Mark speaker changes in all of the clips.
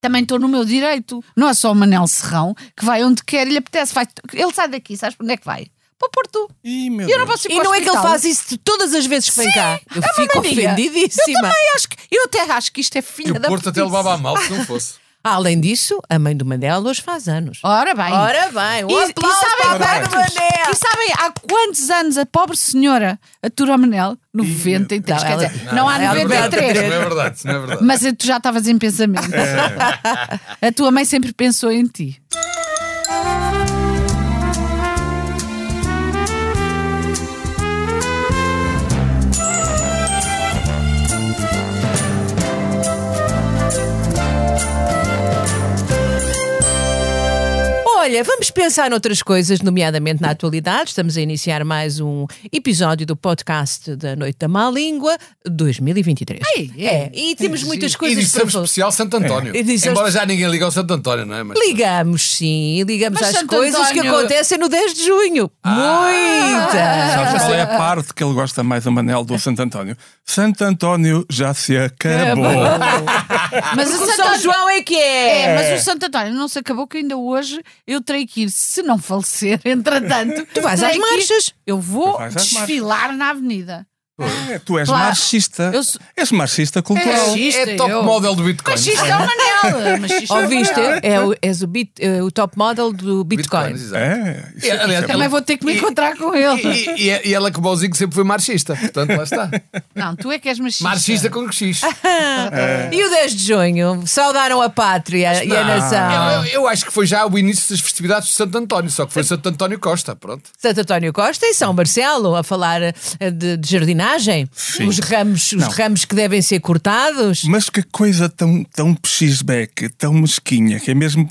Speaker 1: Também estou no meu direito. Não é só o Manel Serrão que vai onde quer e lhe apetece. Vai, ele sai daqui, sabes para onde é que vai? Para o Porto.
Speaker 2: Ih, meu
Speaker 1: E eu não
Speaker 2: Deus.
Speaker 1: posso ir
Speaker 3: E
Speaker 1: para o
Speaker 3: não é que ele
Speaker 1: hospital. é
Speaker 3: faz isso de todas as vezes que vem cá. Eu
Speaker 1: uma
Speaker 3: fico
Speaker 1: mania. Eu
Speaker 3: ofendidíssima.
Speaker 1: também acho que. Eu até acho que isto é
Speaker 2: E
Speaker 1: filha
Speaker 2: o
Speaker 1: da
Speaker 2: Porto até
Speaker 1: putice.
Speaker 2: levava a mal se não fosse.
Speaker 3: Além disso, a mãe do Mandela hoje faz anos.
Speaker 1: Ora bem.
Speaker 3: Ora bem, um
Speaker 1: E- e
Speaker 3: aplauso
Speaker 1: sabem
Speaker 3: para a mãe do
Speaker 2: quantos?
Speaker 3: Mandela.
Speaker 1: E sabem há quantos anos a pobre senhora atura o Manel? 90 e três,
Speaker 3: Não,
Speaker 1: quer
Speaker 3: ela-
Speaker 1: dizer, não há
Speaker 3: ela-
Speaker 2: não é verdade,
Speaker 1: 93.
Speaker 2: Não é verdade, isso não é verdade.
Speaker 1: Mas tu já estavas em pensamento.
Speaker 3: É.
Speaker 1: A tua mãe sempre pensou em ti.
Speaker 3: Olha, vamos pensar noutras coisas, nomeadamente na atualidade. Estamos a iniciar mais um episódio do podcast da Noite da Má Língua 2023.
Speaker 1: Ai, é.
Speaker 3: E temos muitas coisas
Speaker 2: Edição
Speaker 3: para falar.
Speaker 2: especial Santo António.
Speaker 3: É. Edição
Speaker 2: Embora já ninguém liga ao Santo António, não é? Mas
Speaker 3: Ligamos, sim, ligamos
Speaker 1: Mas
Speaker 3: às
Speaker 1: Santo
Speaker 3: coisas que
Speaker 1: António-
Speaker 3: acontecem no 10 de junho. Muita!
Speaker 4: Sabe qual
Speaker 1: Ah.
Speaker 4: é a parte que ele gosta mais do Manel do Santo António? Santo António já se acabou.
Speaker 1: É Mas
Speaker 3: Ah, O
Speaker 1: o Santo
Speaker 3: São
Speaker 1: António-
Speaker 3: João é que é!
Speaker 1: É, mas o Santo António não se acabou que ainda hoje eu terei que ir, se não falecer, entretanto.
Speaker 3: Tu vais às
Speaker 1: terei que ir-
Speaker 3: marchas.
Speaker 1: Eu
Speaker 4: Tu
Speaker 1: vou
Speaker 4: vais às
Speaker 1: desfilar na avenida.
Speaker 4: É, tu és
Speaker 1: Claro.
Speaker 4: marxista.
Speaker 1: Eu sou-
Speaker 4: És marxista cultural.
Speaker 1: Machista,
Speaker 2: é top
Speaker 1: eu.
Speaker 2: model do Bitcoin.
Speaker 1: Machista é o Manel. machista é o
Speaker 3: Ouviste?
Speaker 1: Manel.
Speaker 3: É o, és o, bit- eh, o top model do Bitcoin.
Speaker 2: exato.
Speaker 4: É, isso
Speaker 2: É,
Speaker 4: é
Speaker 2: aliás,
Speaker 1: Também vou ter que me encontrar com ele.
Speaker 2: E, e- e ela que bonzinho sempre foi marxista, portanto lá está.
Speaker 1: Não, tu é que és machista. Ah,
Speaker 2: Marxista com cochicho.
Speaker 3: E o 10 de junho? Saudaram a pátria
Speaker 2: Ah.
Speaker 3: e a nação.
Speaker 2: Eu, eu acho que foi já o início das festividades de Santo António, só que foi Santo António Costa, pronto.
Speaker 3: Santo António Costa e São Marcelo a falar eh, de, de jardinagem,
Speaker 4: Sim.
Speaker 3: os ramos, os
Speaker 4: Não.
Speaker 3: ramos que devem ser cortados.
Speaker 4: Mas que coisa tão, tão peixisbeque, tão mesquinha, que é mesmo.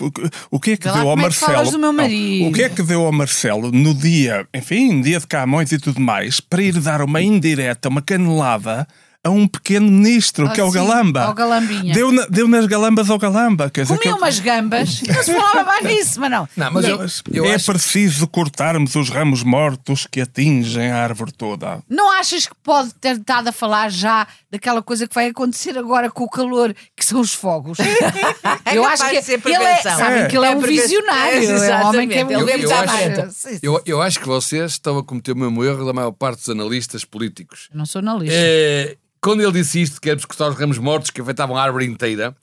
Speaker 4: O que é que
Speaker 1: Vê lá
Speaker 4: deu ao
Speaker 1: como é que
Speaker 4: Marcelo?
Speaker 1: falas do meu
Speaker 4: Não,
Speaker 1: marido.
Speaker 4: o que é que deu ao Marcelo no dia, enfim, no dia de Camões e tudo mais, para ir dar uma indireta, uma canelada a um pequeno ministro,
Speaker 1: Ah,
Speaker 4: que é o
Speaker 1: sim,
Speaker 4: Galamba?
Speaker 1: ao Galambinha.
Speaker 4: Deu, na- deu nas galambas ao Galamba. Quer dizer,
Speaker 1: Comi
Speaker 4: é que-
Speaker 1: umas gambas. Não se falava mais nisso, mas não.
Speaker 2: Não, mas eu, eu
Speaker 4: é
Speaker 2: acho
Speaker 4: preciso cortarmos os ramos mortos que atingem a árvore toda.
Speaker 1: Não achas que pode ter estado a falar já daquela coisa que vai acontecer agora com o calor, que são os fogos? Eu
Speaker 3: capaz
Speaker 1: acho que
Speaker 3: de ser
Speaker 1: ele é,
Speaker 3: prevenção.
Speaker 1: sabem
Speaker 4: É.
Speaker 1: que ele é um
Speaker 3: É prevenção.
Speaker 1: visionário,
Speaker 3: É,
Speaker 1: é um homem que é
Speaker 3: exatamente.
Speaker 1: muito
Speaker 3: Ele
Speaker 2: deve estar
Speaker 1: visionário.
Speaker 3: atento.
Speaker 1: Sim, sim.
Speaker 2: eu, eu acho que vocês estão a cometer o mesmo erro da maior parte dos analistas políticos.
Speaker 1: Não sou analista.
Speaker 2: Eh, quando ele disse isto, que éramos cortar os ramos mortos que afetavam a árvore inteira,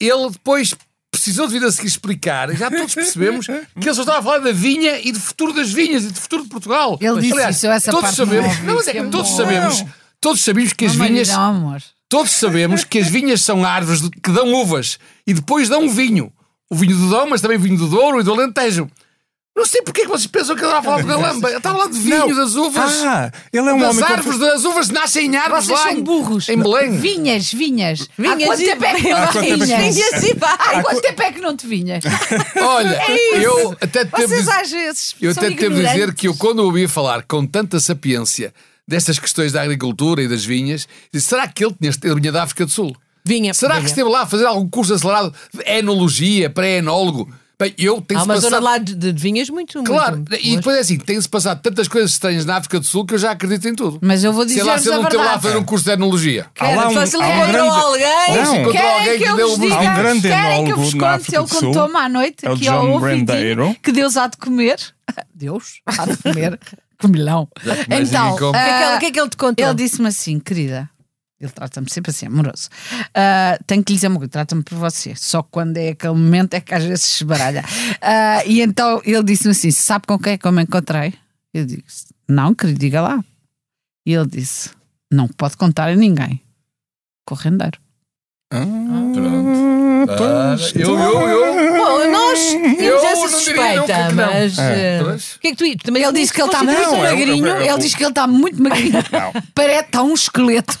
Speaker 2: ele depois precisou de vir a seguir explicar, e já todos percebemos, que ele só estava a falar da vinha e do futuro das vinhas e do futuro de Portugal.
Speaker 1: Ele disse
Speaker 2: Aliás,
Speaker 1: isso, essa
Speaker 2: todos
Speaker 1: parte não
Speaker 2: sabemos,
Speaker 1: ouvi,
Speaker 2: não, mas é
Speaker 1: que
Speaker 2: que todos
Speaker 1: bom.
Speaker 2: sabemos, todos sabemos que as
Speaker 1: Não,
Speaker 2: vinhas,
Speaker 1: Não, amor.
Speaker 2: todos sabemos que as vinhas são árvores de- que dão uvas e depois dão vinho. O vinho do Dão, mas também o vinho do Douro e do Alentejo. Não sei porque é que vocês pensam que ele estava a falar de galamba. Ele estava a falar de vinho,
Speaker 4: Não.
Speaker 2: das uvas.
Speaker 4: Ah, ele é um
Speaker 2: Das
Speaker 4: homem.
Speaker 2: árvores, das uvas nascem em árvores
Speaker 1: Vocês
Speaker 2: lá
Speaker 1: são
Speaker 2: em-
Speaker 1: burros.
Speaker 2: Em Belém.
Speaker 1: Vinhas, vinhas. Há
Speaker 3: Vinhas
Speaker 1: quanto
Speaker 3: e-
Speaker 1: tempo é que
Speaker 3: Há
Speaker 1: não
Speaker 4: quanto tempo é que
Speaker 1: vinhas?
Speaker 4: não-
Speaker 3: Vinhas e
Speaker 1: Há
Speaker 3: vai.
Speaker 1: quanto tempo é que não te vinhas?
Speaker 2: Olha, eu até te devo
Speaker 1: é Vocês
Speaker 2: dizer,
Speaker 1: às vezes
Speaker 2: eu
Speaker 1: são
Speaker 2: até te devo dizer
Speaker 1: ignorantes.
Speaker 2: que eu, quando ouvi falar com tanta sapiência destas questões da agricultura e das vinhas, disse, será que ele tinha, ele vinha da África do Sul?
Speaker 3: Vinha.
Speaker 2: Será
Speaker 3: vinha.
Speaker 2: que esteve lá a fazer algum curso acelerado de enologia, pré-enólogo? Bem, eu tenho
Speaker 3: Há
Speaker 2: se
Speaker 1: Ah,
Speaker 3: uma
Speaker 2: passado...
Speaker 3: zona lá de, de vinhas muito, muito-
Speaker 2: Claro,
Speaker 3: muito.
Speaker 2: e depois é assim, tem-se passado tantas coisas estranhas na África do Sul que eu já acredito em tudo.
Speaker 1: Mas eu vou
Speaker 2: Sei lá,
Speaker 1: dizer-vos
Speaker 2: se ele
Speaker 1: a
Speaker 2: não teve lá a fazer
Speaker 1: verdade.
Speaker 2: um curso de enologia.
Speaker 4: Há lá um,
Speaker 3: Faz ele
Speaker 4: há um
Speaker 3: encontrou alguém.
Speaker 4: Não,
Speaker 2: Encontrou
Speaker 1: Querem
Speaker 2: alguém que
Speaker 1: é que eu
Speaker 2: deu
Speaker 1: vos
Speaker 2: um-
Speaker 1: diga?
Speaker 4: Há um grande
Speaker 1: Querem que eu vos
Speaker 4: enólogo na
Speaker 1: conte?
Speaker 4: África
Speaker 1: Ele
Speaker 4: do Sul,
Speaker 1: contou-me à noite
Speaker 4: é o
Speaker 1: aqui
Speaker 4: John
Speaker 1: ao ouvidinho
Speaker 4: Brandeiro.
Speaker 1: que Deus há de comer. Deus há de comer. Comilão.
Speaker 2: Mas
Speaker 1: Então,
Speaker 2: ninguém come.
Speaker 3: O que é que ele- o
Speaker 1: ah,
Speaker 3: que é que ele te contou?
Speaker 1: ele disse-me assim, querida. Ele trata-me sempre assim, amoroso. Ah, tenho que lhe dizer uma coisa, trata-me por você. Só que quando é aquele momento é que às vezes se esbaralha. Ah, e então ele disse-me assim: sabe com quem é que eu me encontrei? Eu digo: não, querido, diga lá. E ele disse: não pode contar a ninguém. Correndeiro.
Speaker 4: Pronto. pois,
Speaker 2: Ah, Eu, eu, eu.
Speaker 3: Bom, nós tínhamos
Speaker 2: Eu não diria
Speaker 3: essa
Speaker 2: nunca
Speaker 3: suspeita,
Speaker 2: que não.
Speaker 3: mas. eh, O
Speaker 2: Pois.
Speaker 3: que é que tu, tu também
Speaker 1: Ele disse que ele está
Speaker 4: Não, é
Speaker 1: muito
Speaker 4: eu- eu-
Speaker 1: magrinho.
Speaker 4: eu-
Speaker 1: ele diz que ele está muito magrinho.
Speaker 4: Não.
Speaker 1: Parece que está um esqueleto.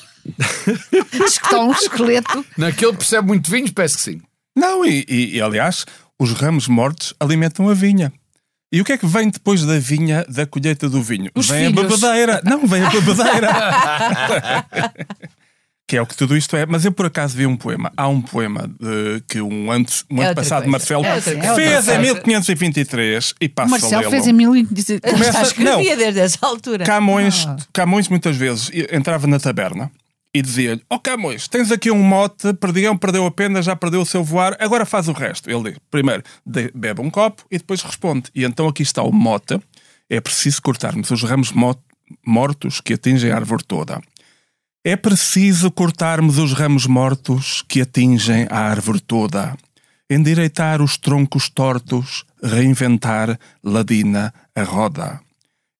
Speaker 1: diz que está um esqueleto.
Speaker 2: Naquele percebe muito vinhos, parece que sim.
Speaker 4: Não, e, e- e, aliás, os ramos mortos alimentam a vinha. E o que é que vem depois da vinha, da colheita do vinho?
Speaker 1: Os
Speaker 4: vem a
Speaker 1: filhos.
Speaker 4: babadeira. Não, vem a babadeira. que é o que tudo isto é. Mas eu por acaso vi um poema. Há um poema de- que um, antes, um
Speaker 3: É outra
Speaker 4: antepassado
Speaker 3: coisa.
Speaker 4: de Marcelo
Speaker 3: É outra coisa. É
Speaker 4: fez
Speaker 3: outra
Speaker 4: em
Speaker 3: coisa.
Speaker 4: 1523 e
Speaker 1: O
Speaker 4: passa a
Speaker 1: Marcelo
Speaker 4: lê-lo.
Speaker 1: fez em mil e dez-
Speaker 4: Começa-
Speaker 3: escrevia desde essa altura.
Speaker 4: Camões, Camões muitas vezes entrava na taberna e dizia-lhe: Ó Camões, tens aqui um mote, perdião, perdeu a pena, já perdeu o seu voar, agora faz o resto. Ele diz: primeiro de- bebe um copo e depois responde. E então aqui está o mote: é preciso cortarmos os ramos mo- mortos que atingem a árvore toda. É preciso cortarmos os ramos mortos que atingem a árvore toda, endireitar os troncos tortos, reinventar ladina a roda.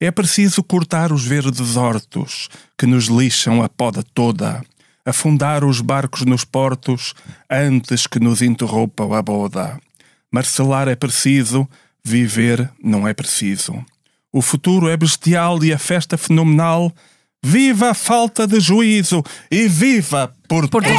Speaker 4: É preciso cortar os verdes hortos que nos lixam a poda toda, afundar os barcos nos portos antes que nos interrompam a boda. Marcelar é preciso, viver não é preciso. O futuro é bestial e a festa fenomenal. Viva a falta de juízo e viva Portugal!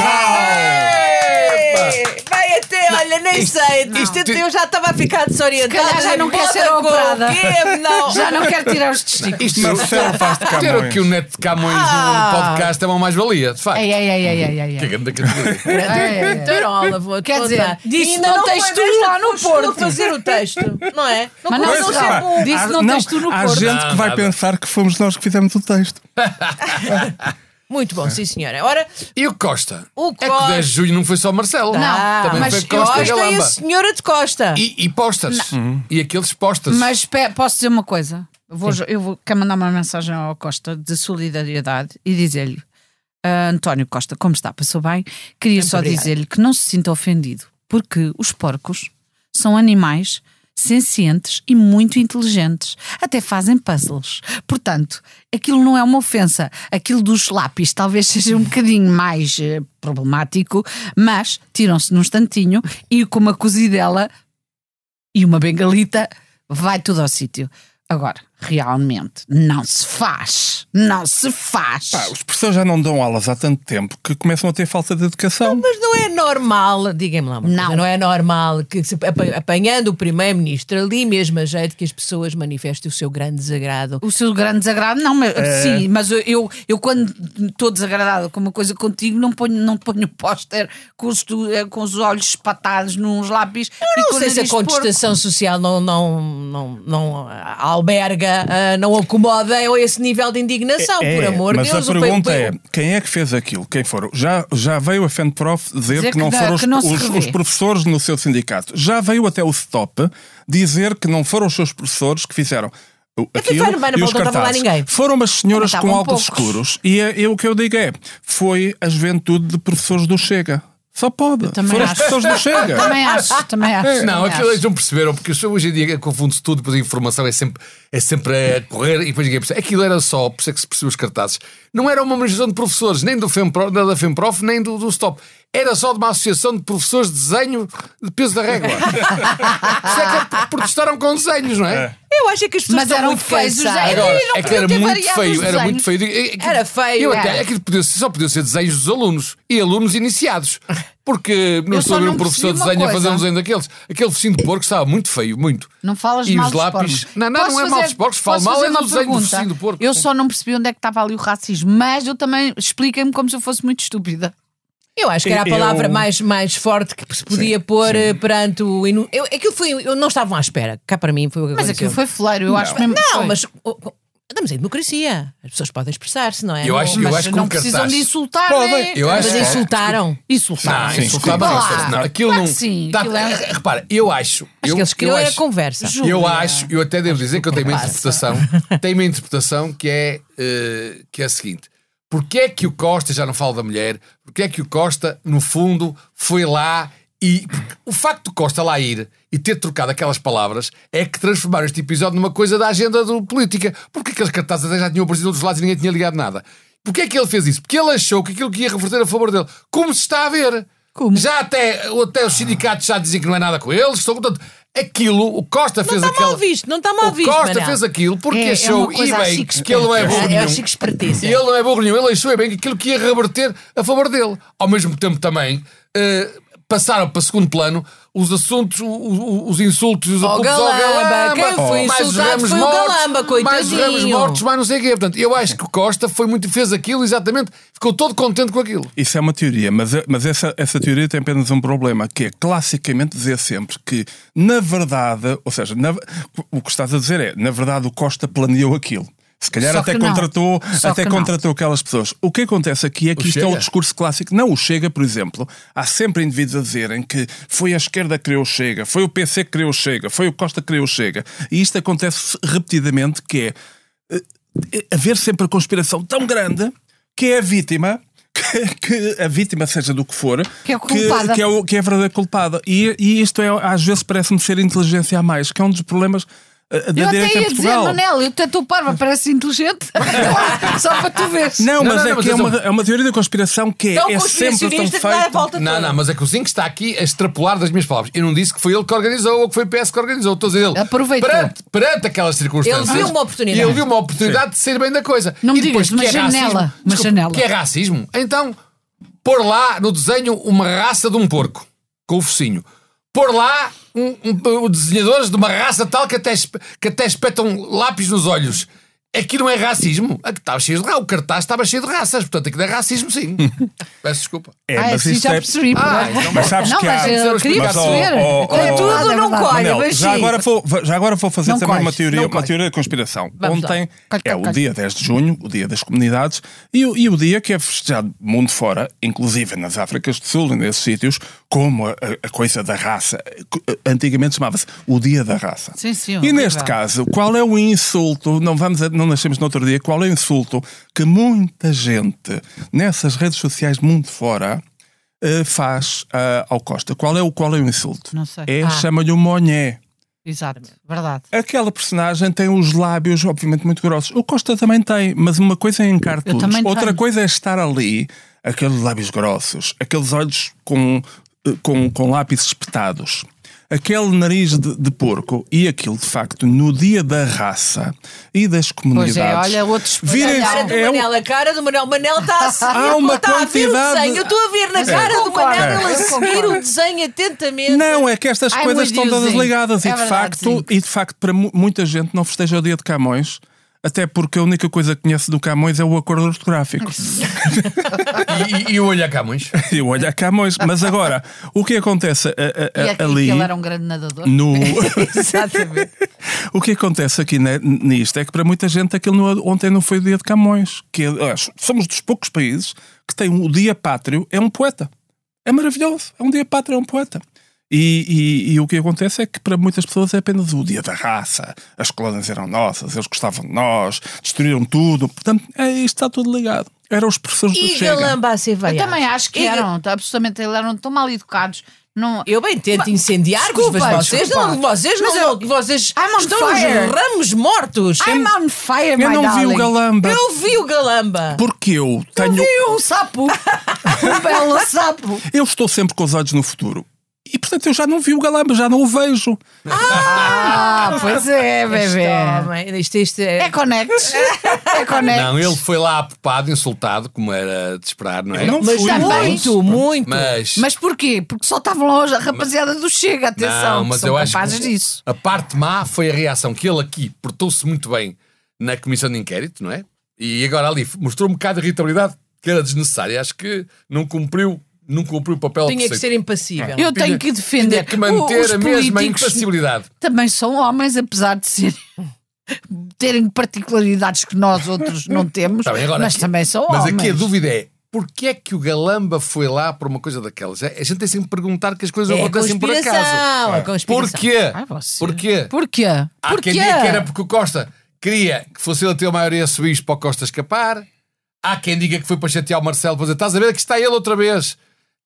Speaker 3: Vai até, olha, nem sei. Isto
Speaker 2: não.
Speaker 3: eu já estava a ficar desorientada.
Speaker 1: Se calhar já não quer
Speaker 3: Bota
Speaker 1: ser
Speaker 3: com o
Speaker 1: operada.
Speaker 3: quê? Não.
Speaker 1: Já não quero tirar os testículos.
Speaker 2: Isto
Speaker 4: Marcelo faz de
Speaker 2: ter aqui o
Speaker 4: Camões.
Speaker 2: neto de Camões
Speaker 3: Ah. É,
Speaker 2: no podcast é uma mais-valia, de facto.
Speaker 1: Ai, ai, ai, ai, ai, ai,
Speaker 2: Que
Speaker 1: ai.
Speaker 2: grande categoria.
Speaker 1: Ai, ai, ai.
Speaker 3: Tarola, vou
Speaker 1: Quer dizer,
Speaker 3: contar.
Speaker 1: disse
Speaker 3: Ainda
Speaker 1: não
Speaker 3: foi
Speaker 1: tens tu
Speaker 3: desta
Speaker 1: lá no
Speaker 3: que foste
Speaker 1: Porto.
Speaker 3: tu fazer o texto, não é? Não
Speaker 1: Mas não,
Speaker 3: começou
Speaker 1: não
Speaker 3: a
Speaker 1: sei.
Speaker 3: ser
Speaker 4: pá,
Speaker 1: bom.
Speaker 3: burro.
Speaker 1: Disse
Speaker 4: há-
Speaker 1: não tens tu no
Speaker 4: Há
Speaker 1: Porto.
Speaker 4: gente
Speaker 2: Não,
Speaker 4: que vai
Speaker 2: nada.
Speaker 4: pensar que fomos nós que fizemos o texto.
Speaker 3: Muito bom, sim senhora. Ora,
Speaker 2: E o Costa?
Speaker 3: O
Speaker 2: É que o 10
Speaker 3: Costa.
Speaker 2: de junho não foi só Marcelo.
Speaker 3: ah,
Speaker 2: Também
Speaker 3: mas
Speaker 2: foi Costa,
Speaker 3: Costa e a
Speaker 2: Galamba.
Speaker 3: senhora de Costa.
Speaker 2: E, e postas. E aqueles postas.
Speaker 1: Mas pe- posso dizer uma coisa? Eu Vou, eu vou, quero mandar uma mensagem ao Costa de solidariedade e dizer-lhe: "Ah, António Costa, como está? Passou bem? Queria só
Speaker 3: Obrigada.
Speaker 1: dizer-lhe que não se sinta ofendido, porque os porcos são animais sencientes e muito inteligentes. Até fazem puzzles. Portanto, aquilo não é uma ofensa. Aquilo dos lápis talvez seja um bocadinho mais eh, problemático, mas tiram-se num instantinho e com uma cozidela e uma bengalita, vai tudo ao sítio. Agora, realmente, não se faz. Não se faz.
Speaker 4: Pá, os professores já não dão aulas há tanto tempo que começam a ter falta de educação.
Speaker 3: Mas não é normal, digam-me lá, uma
Speaker 1: Não.
Speaker 3: coisa, não é normal que se apa- apanhando o primeiro-ministro ali mesmo a jeito que as pessoas manifestem o seu grande desagrado.
Speaker 1: o seu grande desagrado, não, mas,
Speaker 2: É.
Speaker 1: sim, mas eu, eu, eu quando estou desagradada com uma coisa contigo, não ponho, não ponho póster com os, tu- eh, com os olhos espatados nos lápis. e com
Speaker 3: Não
Speaker 1: o
Speaker 2: é
Speaker 3: sei se a
Speaker 1: nariz porco.
Speaker 3: contestação social não, não, não, não ah, alberga, ah, não acomoda a esse nível de indignação,
Speaker 4: É,
Speaker 3: por amor de
Speaker 4: mas
Speaker 3: Deus.
Speaker 4: a
Speaker 3: o pa-
Speaker 4: pergunta
Speaker 3: pa-
Speaker 4: é, quem é que fez aquilo? Quem foram? Já, já veio a FENPROF dizer,
Speaker 1: Dizer
Speaker 4: que não
Speaker 1: que dá-
Speaker 4: foram
Speaker 1: que não
Speaker 4: os,
Speaker 1: se
Speaker 4: os-
Speaker 1: revê.
Speaker 4: os professores no seu sindicato. Já veio até o STOP dizer que não foram os seus professores que fizeram o- aquilo
Speaker 3: foi no Bana
Speaker 4: e os
Speaker 3: Bola, não estava lá
Speaker 4: cartazes.
Speaker 3: ninguém.
Speaker 4: Foram umas senhoras
Speaker 1: Não,
Speaker 4: com
Speaker 1: estavam
Speaker 4: óculos
Speaker 1: poucos.
Speaker 4: escuros e, é- e o que eu digo é, foi a juventude de professores do Chega. Só pode.
Speaker 1: também
Speaker 4: Foram as
Speaker 1: acho.
Speaker 4: pessoas do Chega.
Speaker 1: Também acho, também acho.
Speaker 2: Não,
Speaker 1: também
Speaker 2: aquilo é
Speaker 1: acho.
Speaker 2: eles não perceberam, porque as pessoas hoje em dia confunde-se tudo, depois a informação é sempre, é sempre a correr e depois ninguém percebe. Aquilo era só, por isso é que se percebeu os cartazes, não era uma manifestação de professores, nem do FEMPRO, da da FEMPROF, nem do, do STOP. Era só de uma associação de professores de desenho de peso da régua. Por isso é que protestaram com desenhos, não é?
Speaker 3: Eu acho é que as pessoas
Speaker 1: Mas
Speaker 3: estão
Speaker 1: eram
Speaker 3: muito
Speaker 1: feios os
Speaker 3: cansadas.
Speaker 1: desenhos.
Speaker 2: Agora,
Speaker 1: Eles não
Speaker 2: é que
Speaker 1: podiam
Speaker 2: era
Speaker 1: ter
Speaker 2: muito
Speaker 1: variado
Speaker 2: feio,
Speaker 1: os
Speaker 2: era muito
Speaker 1: desenhos.
Speaker 2: feio. Digo, é- é que-
Speaker 3: Era feio,
Speaker 2: Eu até,
Speaker 3: era.
Speaker 2: é que podia ser- só podiam ser desenhos dos alunos e alunos iniciados. Porque não
Speaker 1: Eu
Speaker 2: estou a
Speaker 1: só
Speaker 2: ver
Speaker 1: não
Speaker 2: um professor de
Speaker 1: percebi uma
Speaker 2: desenho a fazer um
Speaker 1: coisa.
Speaker 2: desenho daqueles. Aquele focinho de porco estava muito feio, muito.
Speaker 1: Não falas
Speaker 2: E
Speaker 1: mal
Speaker 2: os
Speaker 1: dos
Speaker 2: lápis.
Speaker 1: porcos.
Speaker 2: Não, não,
Speaker 1: Posso
Speaker 2: não é mal dos
Speaker 1: fazer-
Speaker 2: porcos. Falo
Speaker 1: posso
Speaker 2: mal
Speaker 1: fazer
Speaker 2: é
Speaker 1: uma
Speaker 2: do desenho do
Speaker 1: pergunta?
Speaker 2: focinho do porco.
Speaker 1: Eu só não percebi onde é que estava ali o racismo, mas eu também expliquei-me como se eu fosse muito estúpida.
Speaker 3: Eu acho que era a
Speaker 4: Eu-
Speaker 3: palavra mais, mais forte que se podia pôr eh, perante o. inu- Eu, aquilo foi. Eu não estavam à espera. Cá para mim foi o que
Speaker 1: Mas
Speaker 3: aconteceu.
Speaker 1: aquilo foi fleiro, eu acho mesmo. que
Speaker 3: Não,
Speaker 1: foi.
Speaker 3: mas. oh, oh, Estamos em democracia. As pessoas podem expressar-se, não é?
Speaker 2: Eu acho-
Speaker 3: não,
Speaker 2: eu
Speaker 3: mas
Speaker 2: acho que
Speaker 1: não
Speaker 2: um
Speaker 1: precisam
Speaker 2: cartaz-
Speaker 1: de insultar,
Speaker 4: Podem.
Speaker 1: né?
Speaker 2: Eu
Speaker 3: mas
Speaker 2: acho que-
Speaker 3: insultaram.
Speaker 2: Não,
Speaker 1: Insultar.
Speaker 4: sim,
Speaker 2: insultava
Speaker 1: desculpa
Speaker 2: não. é
Speaker 1: lá.
Speaker 2: não, Aquilo
Speaker 1: Claro
Speaker 2: não.
Speaker 1: que sim,
Speaker 2: Tá-
Speaker 1: aquilo é-
Speaker 2: Repara, eu acho.
Speaker 3: Acho
Speaker 2: eu,
Speaker 3: que eles
Speaker 2: eu
Speaker 3: queriam era
Speaker 2: acho-
Speaker 3: conversa.
Speaker 1: Júlia.
Speaker 2: Eu acho, eu até devo dizer que eu tenho uma
Speaker 3: Passa.
Speaker 2: interpretação, tenho uma interpretação que é, eh, que é a seguinte. Porquê é que o Costa, já não falo da mulher, porquê é que o Costa, no fundo, foi lá e... porque O facto do Costa lá ir e ter trocado aquelas palavras é que transformaram este episódio numa coisa da agenda do política. Porque aqueles cartazes até já tinham aparecido dos lados e ninguém tinha ligado nada. Porquê é que ele fez isso? Porque ele achou que aquilo que ia reverter a favor dele. Como se está a ver.
Speaker 1: Como?
Speaker 2: Já até, até os sindicatos já dizem que não é nada com eles. Estão, portanto, aquilo, o Costa
Speaker 3: Não
Speaker 2: fez
Speaker 3: está
Speaker 2: aquela...
Speaker 3: Tá mal visto, não está mal
Speaker 2: o
Speaker 3: visto.
Speaker 2: Costa
Speaker 3: Manel.
Speaker 2: fez aquilo porque
Speaker 1: É- é
Speaker 2: achou,
Speaker 1: uma
Speaker 2: e
Speaker 1: coisa
Speaker 2: bem,
Speaker 1: assim que
Speaker 2: que ele não é burro
Speaker 3: É, é
Speaker 2: nenhum.
Speaker 3: o Chico Espertice.
Speaker 2: E ele não é burro nenhum, ele achou é bem que aquilo que ia reverter a favor dele. Ao mesmo tempo também, eh, passaram para segundo plano os assuntos, o- o- os insultos e os
Speaker 3: Ao
Speaker 2: apodos ao
Speaker 3: Oh, Galamba.
Speaker 2: Galamba.
Speaker 3: Quem foi
Speaker 2: mais os
Speaker 3: insultado
Speaker 2: Ramos
Speaker 3: foi o
Speaker 2: mortos,
Speaker 3: Galamba,
Speaker 2: Mais os Ramos
Speaker 3: coitadinho.
Speaker 2: mortos, mais não sei o quê. Portanto, eu acho que o Costa foi muito, fez aquilo exatamente, ficou todo contente com aquilo.
Speaker 4: Isso é uma teoria, mas, mas essa, essa teoria tem apenas um problema, que é classicamente dizer sempre que, na verdade, ou seja, na- o que estás a dizer é, na verdade, o Costa planeou aquilo. Se calhar
Speaker 1: Só
Speaker 4: até
Speaker 1: que não.
Speaker 4: contratou,
Speaker 1: Só
Speaker 4: até
Speaker 1: que não.
Speaker 4: contratou aquelas pessoas. O que acontece aqui é que
Speaker 2: O
Speaker 4: isto é o
Speaker 2: Chega?
Speaker 4: discurso clássico. Não, o Chega, por exemplo, há sempre indivíduos a dizerem que foi a esquerda que criou o Chega, foi o PC que criou o Chega, foi o Costa que criou o Chega. E isto acontece repetidamente, que é eh, haver sempre a conspiração tão grande que é a vítima... Que, que a vítima, seja do que for,
Speaker 1: Que é o culpada.
Speaker 4: que é, o- que é a verdadeira culpada. E, e isto é, às vezes parece-me ser inteligência a mais, que é um dos problemas eh, da
Speaker 1: Eu até
Speaker 4: direita em
Speaker 1: ia dizer,
Speaker 4: Portugal.
Speaker 1: Manel, eu até tu parva, parece inteligente. Só para tu veres.
Speaker 4: Não, mas
Speaker 2: não,
Speaker 4: é
Speaker 2: não, mas
Speaker 4: que é,
Speaker 2: eu sou-
Speaker 4: uma, é uma teoria da conspiração que é,
Speaker 3: Tão
Speaker 1: um
Speaker 4: é sempre tão
Speaker 3: conspiracionista que dá a
Speaker 4: feita.
Speaker 3: volta toda.
Speaker 2: Não, não, mas é que o Zinho está aqui a extrapolar das minhas palavras. Eu não disse que foi ele que organizou ou que foi o PS que organizou. Estou a dizer ele.
Speaker 1: Aproveitou.
Speaker 2: Perante, perante aquelas circunstâncias.
Speaker 3: Ele viu uma oportunidade.
Speaker 2: Ele viu uma oportunidade de ser bem da coisa.
Speaker 1: Não me
Speaker 2: E depois,
Speaker 1: digas,
Speaker 2: que
Speaker 1: uma
Speaker 2: é
Speaker 1: janela,
Speaker 2: racismo?
Speaker 1: uma janela.
Speaker 2: Que é racismo? Então, pôr lá no desenho uma raça de um porco com o focinho. Pôr lá um, um- um- desenhadores de uma raça tal que até, esp- que até espetam lápis nos olhos. Aqui não é racismo. Aqui estava cheio de ra- O cartaz estava cheio de raças. Portanto, aqui não é racismo, sim. Peço desculpa.
Speaker 4: É,
Speaker 1: Ah,
Speaker 4: mas
Speaker 1: sim,
Speaker 4: isto
Speaker 1: já
Speaker 4: é.
Speaker 1: percebi.
Speaker 2: Ah,
Speaker 1: pronto.
Speaker 2: então-
Speaker 4: Mas sabes
Speaker 1: não,
Speaker 4: que
Speaker 1: mas
Speaker 4: há.
Speaker 1: eu
Speaker 2: mas
Speaker 1: queria
Speaker 4: ó,
Speaker 1: perceber.
Speaker 4: ó, ó,
Speaker 1: É
Speaker 4: ó,
Speaker 1: tudo,
Speaker 3: Tudo
Speaker 1: não
Speaker 3: não
Speaker 1: colhe.
Speaker 3: colhe.
Speaker 4: Manel,
Speaker 3: mas
Speaker 4: já,
Speaker 3: sim.
Speaker 4: agora vou, já agora vou fazer
Speaker 1: Não
Speaker 4: também uma
Speaker 1: colhe,
Speaker 4: teoria,
Speaker 1: não
Speaker 4: uma
Speaker 1: colhe.
Speaker 4: teoria da conspiração.
Speaker 3: Vamos lá.
Speaker 4: Ontem
Speaker 1: Colhe,
Speaker 4: é
Speaker 1: colhe,
Speaker 4: o
Speaker 1: colhe.
Speaker 4: dia 10 de junho, o dia das comunidades, e, o- e o dia que é festejado mundo fora, inclusive nas Áfricas do Sul e nesses sítios, como a, a- a coisa da raça. Antigamente chamava-se o dia da raça.
Speaker 1: Sim, sim,
Speaker 4: E neste
Speaker 1: horrível.
Speaker 4: caso, qual é o insulto? Não vamos, a- não nascemos no outro dia. Qual é o insulto que muita gente nessas redes sociais mundo fora eh, faz ah, ao Costa? Qual é o qual é o insulto?
Speaker 1: Não sei.
Speaker 4: É
Speaker 1: Ah.
Speaker 4: chama-lhe o Monhé.
Speaker 1: Exato, verdade.
Speaker 4: Aquela personagem tem os lábios, obviamente, muito grossos. O Costa também tem, mas uma coisa é em cartoons,
Speaker 1: também
Speaker 4: outra
Speaker 1: tenho.
Speaker 4: coisa é estar ali, aqueles lábios grossos, aqueles olhos com, eh, com, com lápis espetados, aquele nariz de, de porco e aquilo, de facto, no dia da raça e das comunidades.
Speaker 1: é, olha, outros- Olha,
Speaker 4: virem-
Speaker 3: Cara do
Speaker 4: é um-
Speaker 3: Manel, a cara do Manel. O Manel está a seguir.
Speaker 4: Há uma
Speaker 3: está a ver o
Speaker 4: quantidade-
Speaker 3: desenho. Eu estou a ver na
Speaker 1: Mas
Speaker 3: cara
Speaker 1: eu
Speaker 3: do
Speaker 1: concordo.
Speaker 3: Manel. Ele a
Speaker 1: Eu
Speaker 3: seguir
Speaker 1: concordo.
Speaker 3: o desenho atentamente.
Speaker 4: Não, é que estas
Speaker 1: I'm
Speaker 4: coisas
Speaker 1: with
Speaker 4: estão
Speaker 1: you,
Speaker 4: todas
Speaker 1: Zinho.
Speaker 4: ligadas
Speaker 1: É
Speaker 4: e, de
Speaker 1: verdade, Zinho.
Speaker 4: facto, e de facto para mu- muita gente não festeja o dia de Camões, até porque a única coisa que conhece do Camões é o acordo ortográfico.
Speaker 2: E, e, e o olho a Camões?
Speaker 4: Eu olho a Camões, mas agora, o que acontece a- a- a-
Speaker 1: E aqui,
Speaker 4: É, ali
Speaker 1: que ele era um grande nadador.
Speaker 4: no
Speaker 1: Exatamente.
Speaker 4: o que acontece aqui ne- nisto é que para muita gente aquilo não- ontem não foi o dia de Camões que aliás, somos dos poucos países que tem um o dia pátrio é um poeta é maravilhoso é um dia pátrio é um poeta e, e- e o que acontece é que para muitas pessoas é apenas o dia da raça as colónias eram nossas eles gostavam de nós destruíram tudo portanto é, isto está tudo ligado eram os professores do
Speaker 3: E
Speaker 4: Chega
Speaker 3: galamba a ser
Speaker 1: Eu
Speaker 3: vaiado.
Speaker 1: também acho que
Speaker 3: E-
Speaker 1: eram, tá, absolutamente, eles eram tão mal educados. Não...
Speaker 3: Eu bem tento incendiar-vos,
Speaker 1: Desculpa,
Speaker 3: mas vocês
Speaker 1: desculpa.
Speaker 3: não. Vocês
Speaker 1: Mas
Speaker 3: não.
Speaker 1: eu-
Speaker 3: vocês
Speaker 1: I'm on
Speaker 3: estão os
Speaker 1: fire.
Speaker 3: ramos mortos.
Speaker 1: I'm on fire,
Speaker 4: eu
Speaker 1: my
Speaker 4: não vi
Speaker 1: darling.
Speaker 4: o Galamba
Speaker 3: Eu vi o Galamba.
Speaker 4: porque eu tenho
Speaker 1: Vi um sapo. um belo sapo.
Speaker 4: Eu estou sempre com os olhos no futuro. E portanto eu já não vi o Galamba, já não o vejo.
Speaker 1: Ah, pois é, bebê.
Speaker 3: Este homem, isto, isto é.
Speaker 1: É conectes. É conectes.
Speaker 2: Não, ele foi lá apopado, insultado, como era de esperar, não é?
Speaker 4: Eu não
Speaker 1: Mas
Speaker 4: fui.
Speaker 1: também-
Speaker 3: muito, muito.
Speaker 2: Mas,
Speaker 1: Mas porquê? Porque só estavam longe a rapaziada do Chega, atenção,
Speaker 2: não,
Speaker 1: mas
Speaker 2: mas
Speaker 1: que são
Speaker 2: eu acho
Speaker 1: capazes
Speaker 2: que
Speaker 1: disso.
Speaker 2: a parte má foi a reação que ele aqui portou-se muito bem na comissão de inquérito, não é? E agora ali mostrou um bocado de irritabilidade que era desnecessária. Acho que não cumpriu, não cumpriu o papel
Speaker 3: Tinha que
Speaker 2: se-
Speaker 3: ser impassível.
Speaker 1: Eu tenho que defender.
Speaker 2: Tinha que manter
Speaker 1: O- os
Speaker 2: a mesma
Speaker 1: políticos
Speaker 2: impassibilidade.
Speaker 1: também são homens, apesar de serem terem particularidades que nós outros não temos,
Speaker 2: Tá bem, agora-
Speaker 1: mas também são
Speaker 3: Oh,
Speaker 2: Mas
Speaker 1: homens.
Speaker 2: aqui a dúvida é. Porquê é que o Galamba foi lá por uma coisa daquelas? É- A gente tem sempre que perguntar que as coisas
Speaker 3: É a
Speaker 2: acontecem por acaso.
Speaker 3: conspiração. A conspiração. Ah,
Speaker 2: Porquê?
Speaker 1: Ai, você.
Speaker 2: Porquê?
Speaker 1: Porquê?
Speaker 2: Há quem diga que era porque o Costa queria que fosse ele a ter a maioria suíço para o Costa escapar. Há quem diga que foi para chatear o Marcelo para dizer: estás a ver que está ele outra vez.